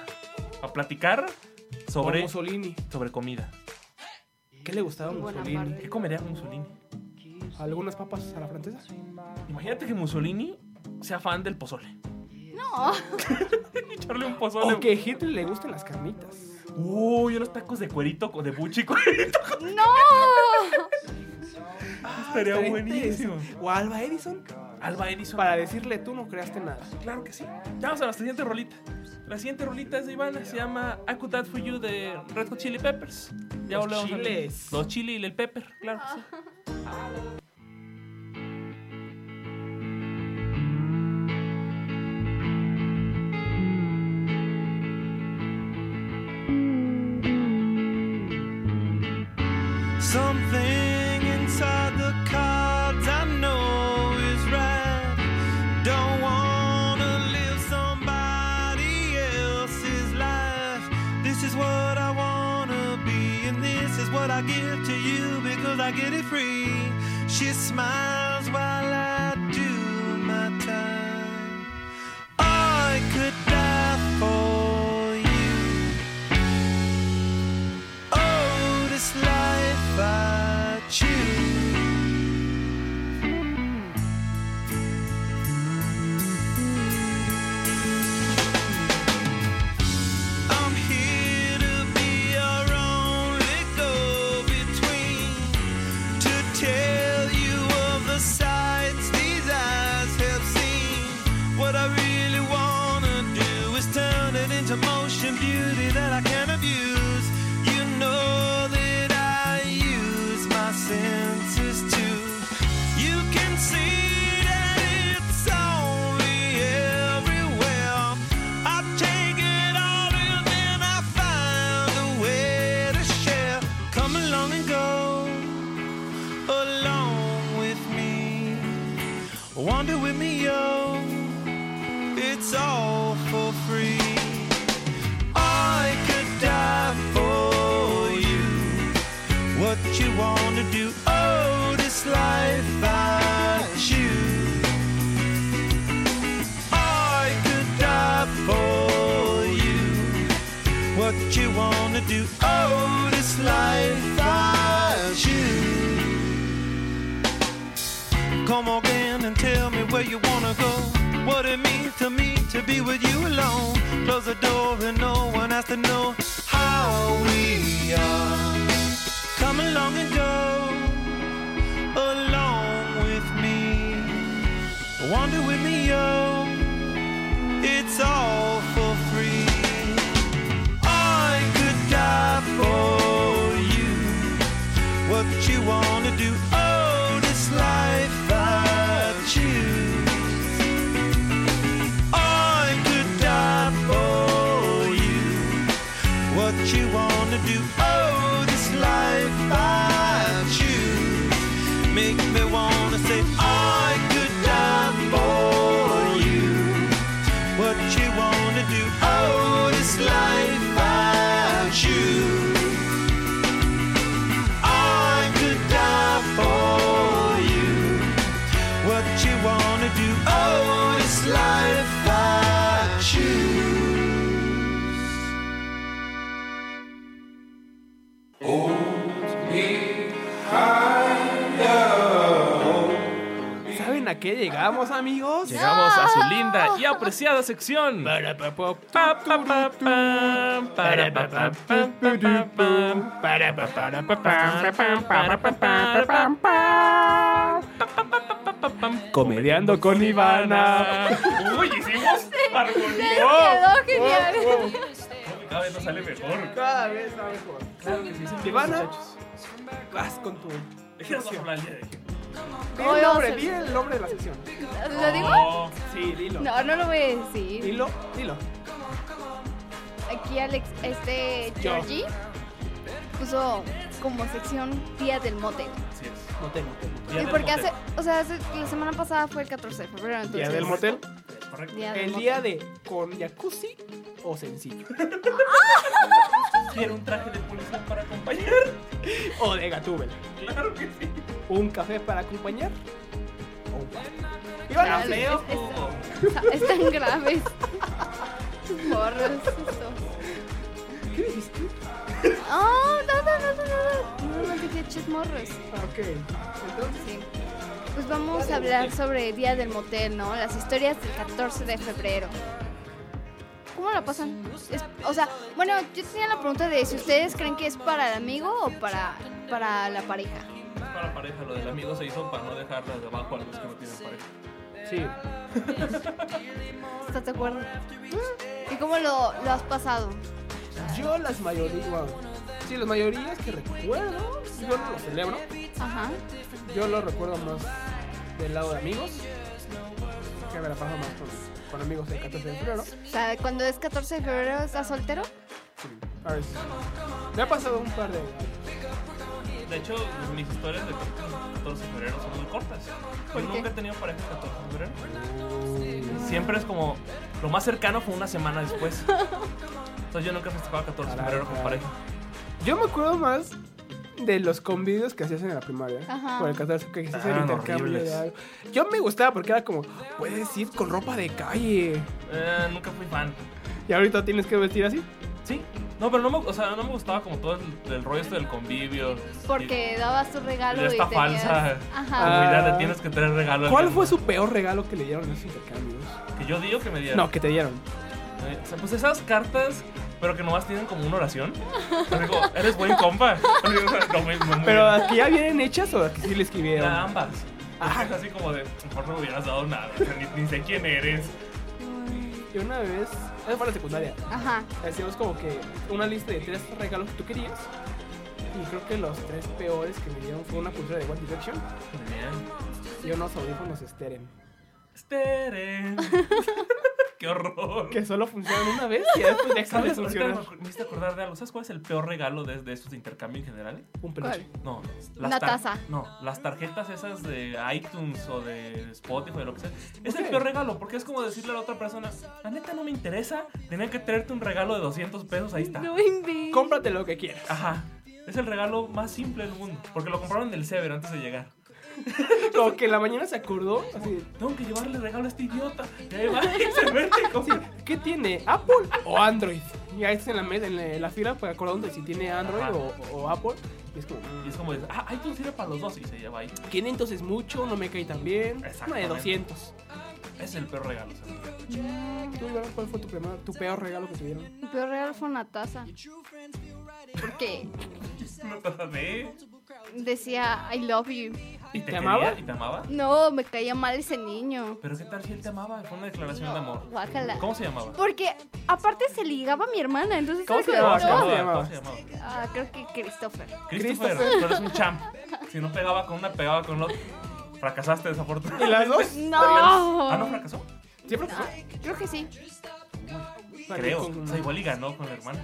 Speaker 4: a platicar
Speaker 5: Con
Speaker 4: sobre,
Speaker 5: Mussolini.
Speaker 4: sobre comida.
Speaker 5: ¿Qué le gustaba a
Speaker 3: Y buena
Speaker 5: Mussolini?
Speaker 3: parte.
Speaker 4: ¿Qué comería Mussolini?
Speaker 5: ¿Algunas papas a la francesa?
Speaker 4: Imagínate que Mussolini sea fan del pozole. *laughs*
Speaker 3: No.
Speaker 4: Echarle un pozole.
Speaker 5: O que a Hitler le gustan las carnitas.
Speaker 4: Uy, unos tacos de cuerito, co- de buchi cuerito.
Speaker 3: ¡No!
Speaker 4: *laughs* Estaría
Speaker 5: Estaría
Speaker 4: buenísimo.
Speaker 5: interesante. O a Alba Edison.
Speaker 4: Alba Edison.
Speaker 5: Para decirle, tú no creaste nada.
Speaker 4: Claro que sí. Vamos a la siguiente rolita. La siguiente rolita es de Ivana, se llama I Could That For You de Red Hot Chili Peppers. Ya
Speaker 5: Los
Speaker 4: volvemos a-
Speaker 5: chiles.
Speaker 4: Los chiles y el pepper, claro que sí.
Speaker 10: Something inside the cards I know is right. Don't wanna live somebody else's life. This is what I wanna be, and this is what I give to you because I get it free. She smiles while I do my time. I could die for you. Oh, this life I choose. I'm here to be your only go-between, to tell you of the sights these eyes have seen. What I really wanna do is turn it into motion beauty that I can abuse. You know that I use my senses too. You can see that it's only everywhere. I take it all in, then I find a way to share. Come along and go along with me. Wander with me, yo. It's all for free. I could die for you. What you want to do? Oh, this life I choose. I could die for you. What you wanna do? Oh, this life I choose. Come again and tell me where you wanna go. What it means to me to be with you alone. Close the door and no one has to know how we are. Come along and go along with me. Wander with me, yo. It's all for free. I could die for you. What you wanna do? Oh, this life I choose. I could die for you. What you wanna do? Oh, this life I choose make me wanna say I could die for you. What you wanna do? Oh, this life I choose. I could die for you. What you wanna do? Oh, this life I choose.
Speaker 5: ¿Saben a qué llegamos, amigos?
Speaker 4: Llegamos a su linda y apreciada sección. Pa, pa, pa, pam, para, pa, pa, pam, pa, pa, pam.
Speaker 5: Comediando con Ivana.
Speaker 4: Uy, hicimos armonía.
Speaker 3: *laughs* Quedó genial.
Speaker 4: Cada vez nos sale mejor.
Speaker 5: Cada vez está mejor. Ivana, vas con tu.
Speaker 4: ¿De qué nos vas a hablar el día de hoy?
Speaker 5: Di
Speaker 3: Hoy
Speaker 5: el nombre,
Speaker 3: vamos a-
Speaker 5: di el nombre de la sección.
Speaker 3: ¿Lo digo?
Speaker 4: Oh,
Speaker 5: Sí, dilo.
Speaker 3: No, no lo voy a decir.
Speaker 5: Dilo, dilo.
Speaker 3: Aquí Alex, este Georgie puso como sección Día del Mote.
Speaker 4: así es.
Speaker 5: No tengo, tengo.
Speaker 4: Día
Speaker 3: y
Speaker 4: del
Speaker 3: porque
Speaker 4: motel.
Speaker 3: hace, o sea, hace- la semana pasada fue el 14 de febrero, entonces.
Speaker 5: Día del motel.
Speaker 4: Correcto.
Speaker 3: Día del
Speaker 5: El
Speaker 4: *laughs*
Speaker 3: mote.
Speaker 5: día de con jacuzzi o sencillo.
Speaker 4: Quiero un traje de policía para acompañar.
Speaker 5: *laughs* O de Gatúbela.
Speaker 4: Claro que sí.
Speaker 5: Un café para acompañar. O un café. Y
Speaker 4: Está
Speaker 5: bueno,
Speaker 3: Dale.
Speaker 4: feo.
Speaker 3: es- Están graves. Sus morros, sus dos.
Speaker 5: ¿qué dijiste?
Speaker 3: Oh, no, no, no, no, no, no, no dije chismorros.
Speaker 5: Ah, Ok. Entonces,
Speaker 3: Sí. Pues vamos a hablar sobre Día del Motel, ¿no? Las historias del 14 de febrero. ¿Cómo la pasan? Es- o sea, bueno, yo tenía la pregunta de si ustedes creen que es para el amigo o para, para la pareja.
Speaker 4: Para pareja, lo del amigo se hizo para no dejarlas debajo a los que no tienen pareja.
Speaker 5: sí.
Speaker 3: ¿Estás de acuerdo? ¿Y cómo lo, lo has pasado?
Speaker 5: Yo las mayorías, sí, las mayorías que recuerdo, yo no lo celebro,
Speaker 3: Ajá.
Speaker 5: yo lo recuerdo más del lado de amigos, que me la paso más con, con amigos del 14 de febrero.
Speaker 3: O sea, cuando es 14 de febrero, ¿estás soltero?
Speaker 5: Sí, a ver, me ha pasado un par de...
Speaker 4: De hecho, mis historias de 14 de febrero son muy cortas. Yo
Speaker 3: ¿Por qué?
Speaker 4: nunca he tenido pareja el 14 de febrero. Siempre es como. Lo más cercano fue una semana
Speaker 3: *laughs*
Speaker 4: después. Entonces yo nunca festejaba 14 de febrero con pareja.
Speaker 5: Yo me acuerdo más de los convivios que hacías en la primaria,
Speaker 3: Ajá.
Speaker 5: por el 14, que hacías el
Speaker 4: Estaban
Speaker 5: intercambio de
Speaker 4: horribles.
Speaker 5: algo. Yo me gustaba porque era como, puedes ir con ropa de calle,
Speaker 4: Eh, nunca fui fan.
Speaker 5: y ahorita tienes que vestir así.
Speaker 4: Sí. No, pero no me, o sea, no me gustaba como todo el, el rollo este del convivio.
Speaker 3: Porque dabas tu regalo
Speaker 4: Ya
Speaker 3: y
Speaker 4: está
Speaker 3: tenías...
Speaker 4: falsa.
Speaker 3: Ajá.
Speaker 4: Comunidad, le tienes que traer regalo. al
Speaker 5: Ah. ¿Cuál
Speaker 4: que-
Speaker 5: fue su peor regalo que le dieron en esos intercambios?
Speaker 4: Que yo digo que me dieron.
Speaker 5: No, que te dieron.
Speaker 4: Eh, o sea, pues esas cartas, pero que nomás tienen como una oración. Así como, eres buen compa. *laughs* Así, o sea, no, muy- muy- muy
Speaker 5: ¿Pero
Speaker 4: bien.
Speaker 5: las que ya vienen hechas o las que sí le escribieron?
Speaker 4: A ambas. Es *laughs* así como de, mejor no me hubieras dado nada. o sea, ni, ni sé quién eres.
Speaker 5: Y una vez, eso fue en la secundaria,
Speaker 3: Ajá.
Speaker 5: hacíamos como que una lista de tres regalos que tú querías. Y creo que los tres peores que me dieron fue una pulsera de One Direction y unos audífonos Steren. *laughs*
Speaker 4: Steren. Qué horror.
Speaker 5: Que solo funcionan una vez y ya después dejan de
Speaker 4: ¿Sabes? Ahorita
Speaker 5: funcionar.
Speaker 4: me- me hiciste acordar de algo. ¿Sabes cuál es el peor regalo de, de estos de intercambio en general?
Speaker 5: Un
Speaker 3: ¿Cuál?
Speaker 5: peluche.
Speaker 4: No,
Speaker 3: Una
Speaker 4: tar-
Speaker 3: taza.
Speaker 4: No, las tarjetas esas de iTunes o de Spotify o lo que sea. Es
Speaker 5: ¿Por
Speaker 4: el
Speaker 5: qué?
Speaker 4: peor regalo porque es como decirle a la otra persona, la neta no me interesa, tenía que traerte un regalo de 200 pesos, ahí está.
Speaker 3: inventes.
Speaker 5: Cómprate lo que quieras.
Speaker 4: Ajá. Es el regalo más simple del mundo, porque lo compraron del Sever antes de llegar.
Speaker 5: Como que en la mañana se acordó, así,
Speaker 4: Tengo que llevarle regalo a este idiota. Y ahí va y se verte y
Speaker 5: Sí,
Speaker 4: compra.
Speaker 5: ¿Qué tiene? ¿Apple o Android? Y ahí está en la, mesa, en la, en la fila para acordándose si tiene Android
Speaker 4: Ajá.
Speaker 5: o, o Apple. Y es como, "Mm,
Speaker 4: Y es como, de, ah, iTunes sirve para los dos y se lleva ahí.
Speaker 5: 500 es mucho, no me cae tan bien. Una de
Speaker 4: Exactamente.
Speaker 5: 200.
Speaker 4: Es el peor regalo, según yo.
Speaker 5: ¿Tú, Iván, ¿Cuál fue tu, primer- tu peor regalo que te dieron?
Speaker 3: Mi peor regalo fue una taza. Porque
Speaker 4: *laughs* Una taza de-
Speaker 3: decía I love you.
Speaker 5: ¿Y
Speaker 4: ¿Te
Speaker 5: te amaba?
Speaker 4: quería? ¿Y te amaba?
Speaker 3: No, me caía mal ese niño.
Speaker 4: Pero qué tal si él te amaba, fue una declaración de amor.
Speaker 3: Guácala.
Speaker 4: ¿Cómo se llamaba?
Speaker 3: Porque aparte se ligaba a mi hermana, entonces
Speaker 5: ¿Cómo
Speaker 3: era
Speaker 5: se
Speaker 3: como,
Speaker 5: llamaba?
Speaker 3: no.
Speaker 5: ¿Cómo se llamaba?
Speaker 4: se llamaba?
Speaker 3: Ah, creo que Christopher.
Speaker 4: Christopher,
Speaker 5: Christopher.
Speaker 4: tú eres un champ. Si no pegaba con una, pegaba con la otra. Fracasaste
Speaker 5: ¿Y
Speaker 4: desafortunadamente.
Speaker 5: las dos?
Speaker 4: Ah, no
Speaker 3: No.
Speaker 4: fracasó.
Speaker 5: Siempre
Speaker 3: Ah, creo que sí.
Speaker 5: Vale,
Speaker 4: Creo.
Speaker 5: con-
Speaker 4: O sea, igual y ganó con la hermana.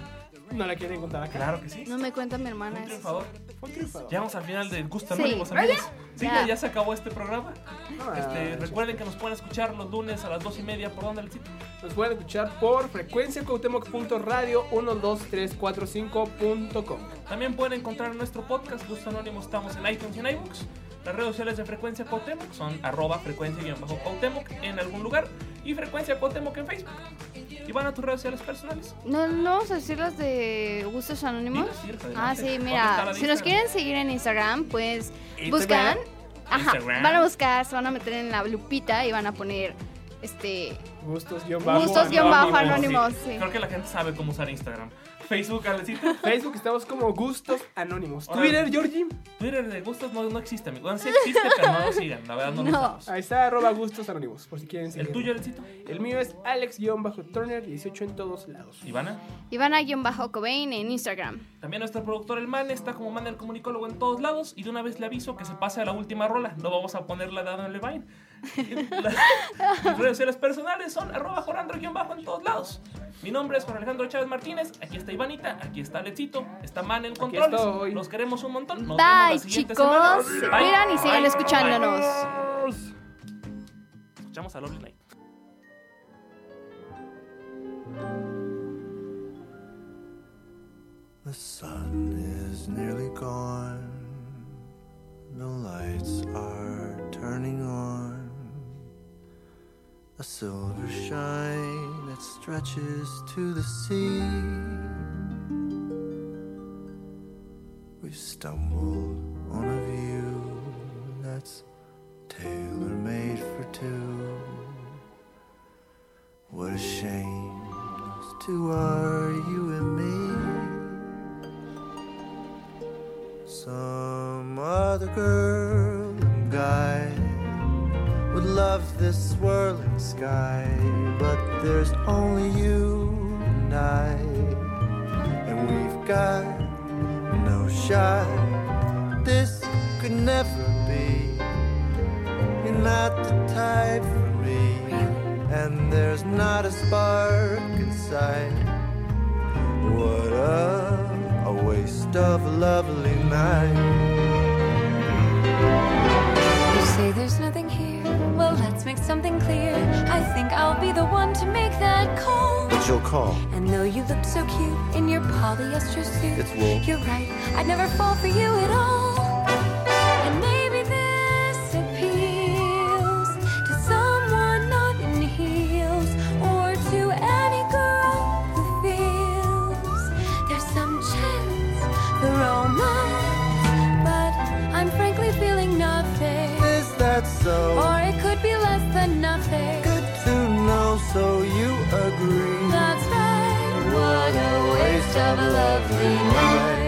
Speaker 5: No la quieren contar acá.
Speaker 4: Claro que sí.
Speaker 3: No me cuenta mi
Speaker 4: Fue
Speaker 3: hermana.
Speaker 4: Un
Speaker 3: eso.
Speaker 4: triunfador.
Speaker 5: Fue triunfador.
Speaker 4: Llegamos al final del Gusto
Speaker 3: Sí.
Speaker 4: Anónimos,
Speaker 3: Muy bien.
Speaker 4: amigos. Sí,
Speaker 3: Ya.
Speaker 4: ya. ya se acabó este programa.
Speaker 5: Ah,
Speaker 4: Este,
Speaker 5: sí.
Speaker 4: recuerden que nos pueden escuchar los lunes a las dos y media por donde el sitio.
Speaker 5: Nos pueden escuchar por frecuenciacautemoc.radio 12345.com.
Speaker 4: También pueden encontrar nuestro podcast Gusto Anónimo. Estamos en iTunes y en iBooks. Las redes sociales de Frecuencia Cuauhtémoc son arroba frecuencia-cuauhtémoc en algún lugar y Frecuencia Cuauhtémoc en Facebook. Y van a tus redes sociales personales.
Speaker 3: No, no vamos a decir las de gustos anónimos.
Speaker 4: Dilas, dilas, adelante.
Speaker 3: Ah, sí,
Speaker 4: ¿Dónde está la
Speaker 3: mira. Si nos
Speaker 4: lista?
Speaker 3: quieren seguir en Instagram, pues
Speaker 5: Instagram.
Speaker 3: buscan. Ajá.
Speaker 4: Instagram.
Speaker 3: Van a buscar, se van a meter en la lupita y van a poner este
Speaker 5: Gustos guión bajo
Speaker 3: Gustos guión bajo
Speaker 5: anónimos.
Speaker 3: anónimo. Anónimos, sí.
Speaker 4: Creo que la gente sabe cómo usar Instagram. Facebook, Alecita.
Speaker 5: Facebook estamos como Gustos Anónimos.
Speaker 4: Ahora-
Speaker 5: Twitter, Georgie.
Speaker 4: Twitter de gustos no, no existe, amigo. Bueno, sí existe, pero no lo sigan. La verdad, no, lo
Speaker 3: No.
Speaker 4: usamos.
Speaker 5: Ahí está arroba Gustos Anónimos, por si quieren
Speaker 4: ¿El
Speaker 5: seguirnos.
Speaker 4: tuyo, Alecito?
Speaker 5: El mío es Alex-Turner18 en todos lados.
Speaker 4: Ivana.
Speaker 3: Ivana-Cobain en Instagram.
Speaker 4: También nuestro productor, el man, está como man el comunicólogo en todos lados. Y de una vez le aviso que se pase a la última rola. No vamos a ponerla dado en Levine. *laughs* Las mis redes sociales personales son arroba jorandro-bajo en todos lados. Mi nombre es Juan Alejandro Chávez Martínez. Aquí está Ivanita, aquí está Alecito, está Man en controles.
Speaker 5: estoy.
Speaker 4: Los queremos un montón. Nos vemos la
Speaker 3: Bye,
Speaker 4: siguiente
Speaker 3: chicos.
Speaker 4: semana.
Speaker 3: Se
Speaker 4: Bye.
Speaker 3: cuidan y sigan
Speaker 4: Bye.
Speaker 3: escuchándonos.
Speaker 4: Escuchamos a Lovely Night.
Speaker 11: The sun is nearly gone. The lights are turning on. A silver shine that stretches to the sea. We've stumbled on a view that's tailor made for two. What a shame those two are you and me. Some other girl and guy would love this swirling sky, but there's only you and I, and we've got no shot. This could never be. You're not the type for me, and there's not a spark inside. What a, a waste of a lovely night.
Speaker 12: You say there's nothing here. Well, let's make something clear. I think I'll be the one to make that call.
Speaker 11: But you'll call.
Speaker 12: And though you look so cute in your polyester suit,
Speaker 11: It's wool.
Speaker 12: You're right. I'd never fall for you at all. And maybe this appeals to someone not in heels or to any girl who feels there's some chance for romance, but I'm frankly feeling nothing.
Speaker 11: Is that so?
Speaker 12: Or it could be less than nothing.
Speaker 11: Good to know, so you agree.
Speaker 12: That's right. What a waste of a lovely night.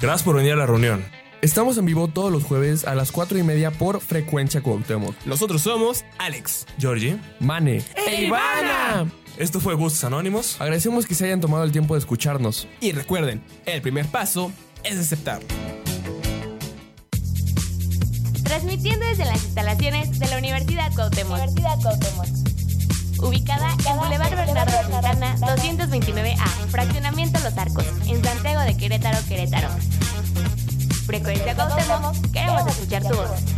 Speaker 4: Gracias por venir a la reunión. Estamos en vivo todos los jueves a las 4 y media por Frecuencia Cuauhtémoc.
Speaker 5: Nosotros somos Alex.
Speaker 4: Georgie, Mane
Speaker 5: ¡E Ivana!
Speaker 4: Esto fue Gustos Anónimos. Agradecemos que se hayan tomado el tiempo de escucharnos.
Speaker 5: Y recuerden, el primer paso es aceptar.
Speaker 1: Transmitiendo desde las instalaciones de la Universidad Cuauhtémoc. Ubicada en Boulevard Bernardo Santana 229A, Fraccionamiento Los Arcos, en Santiago de Querétaro, Querétaro. Frecuencia Cuauhtémoc, queremos escuchar tu voz.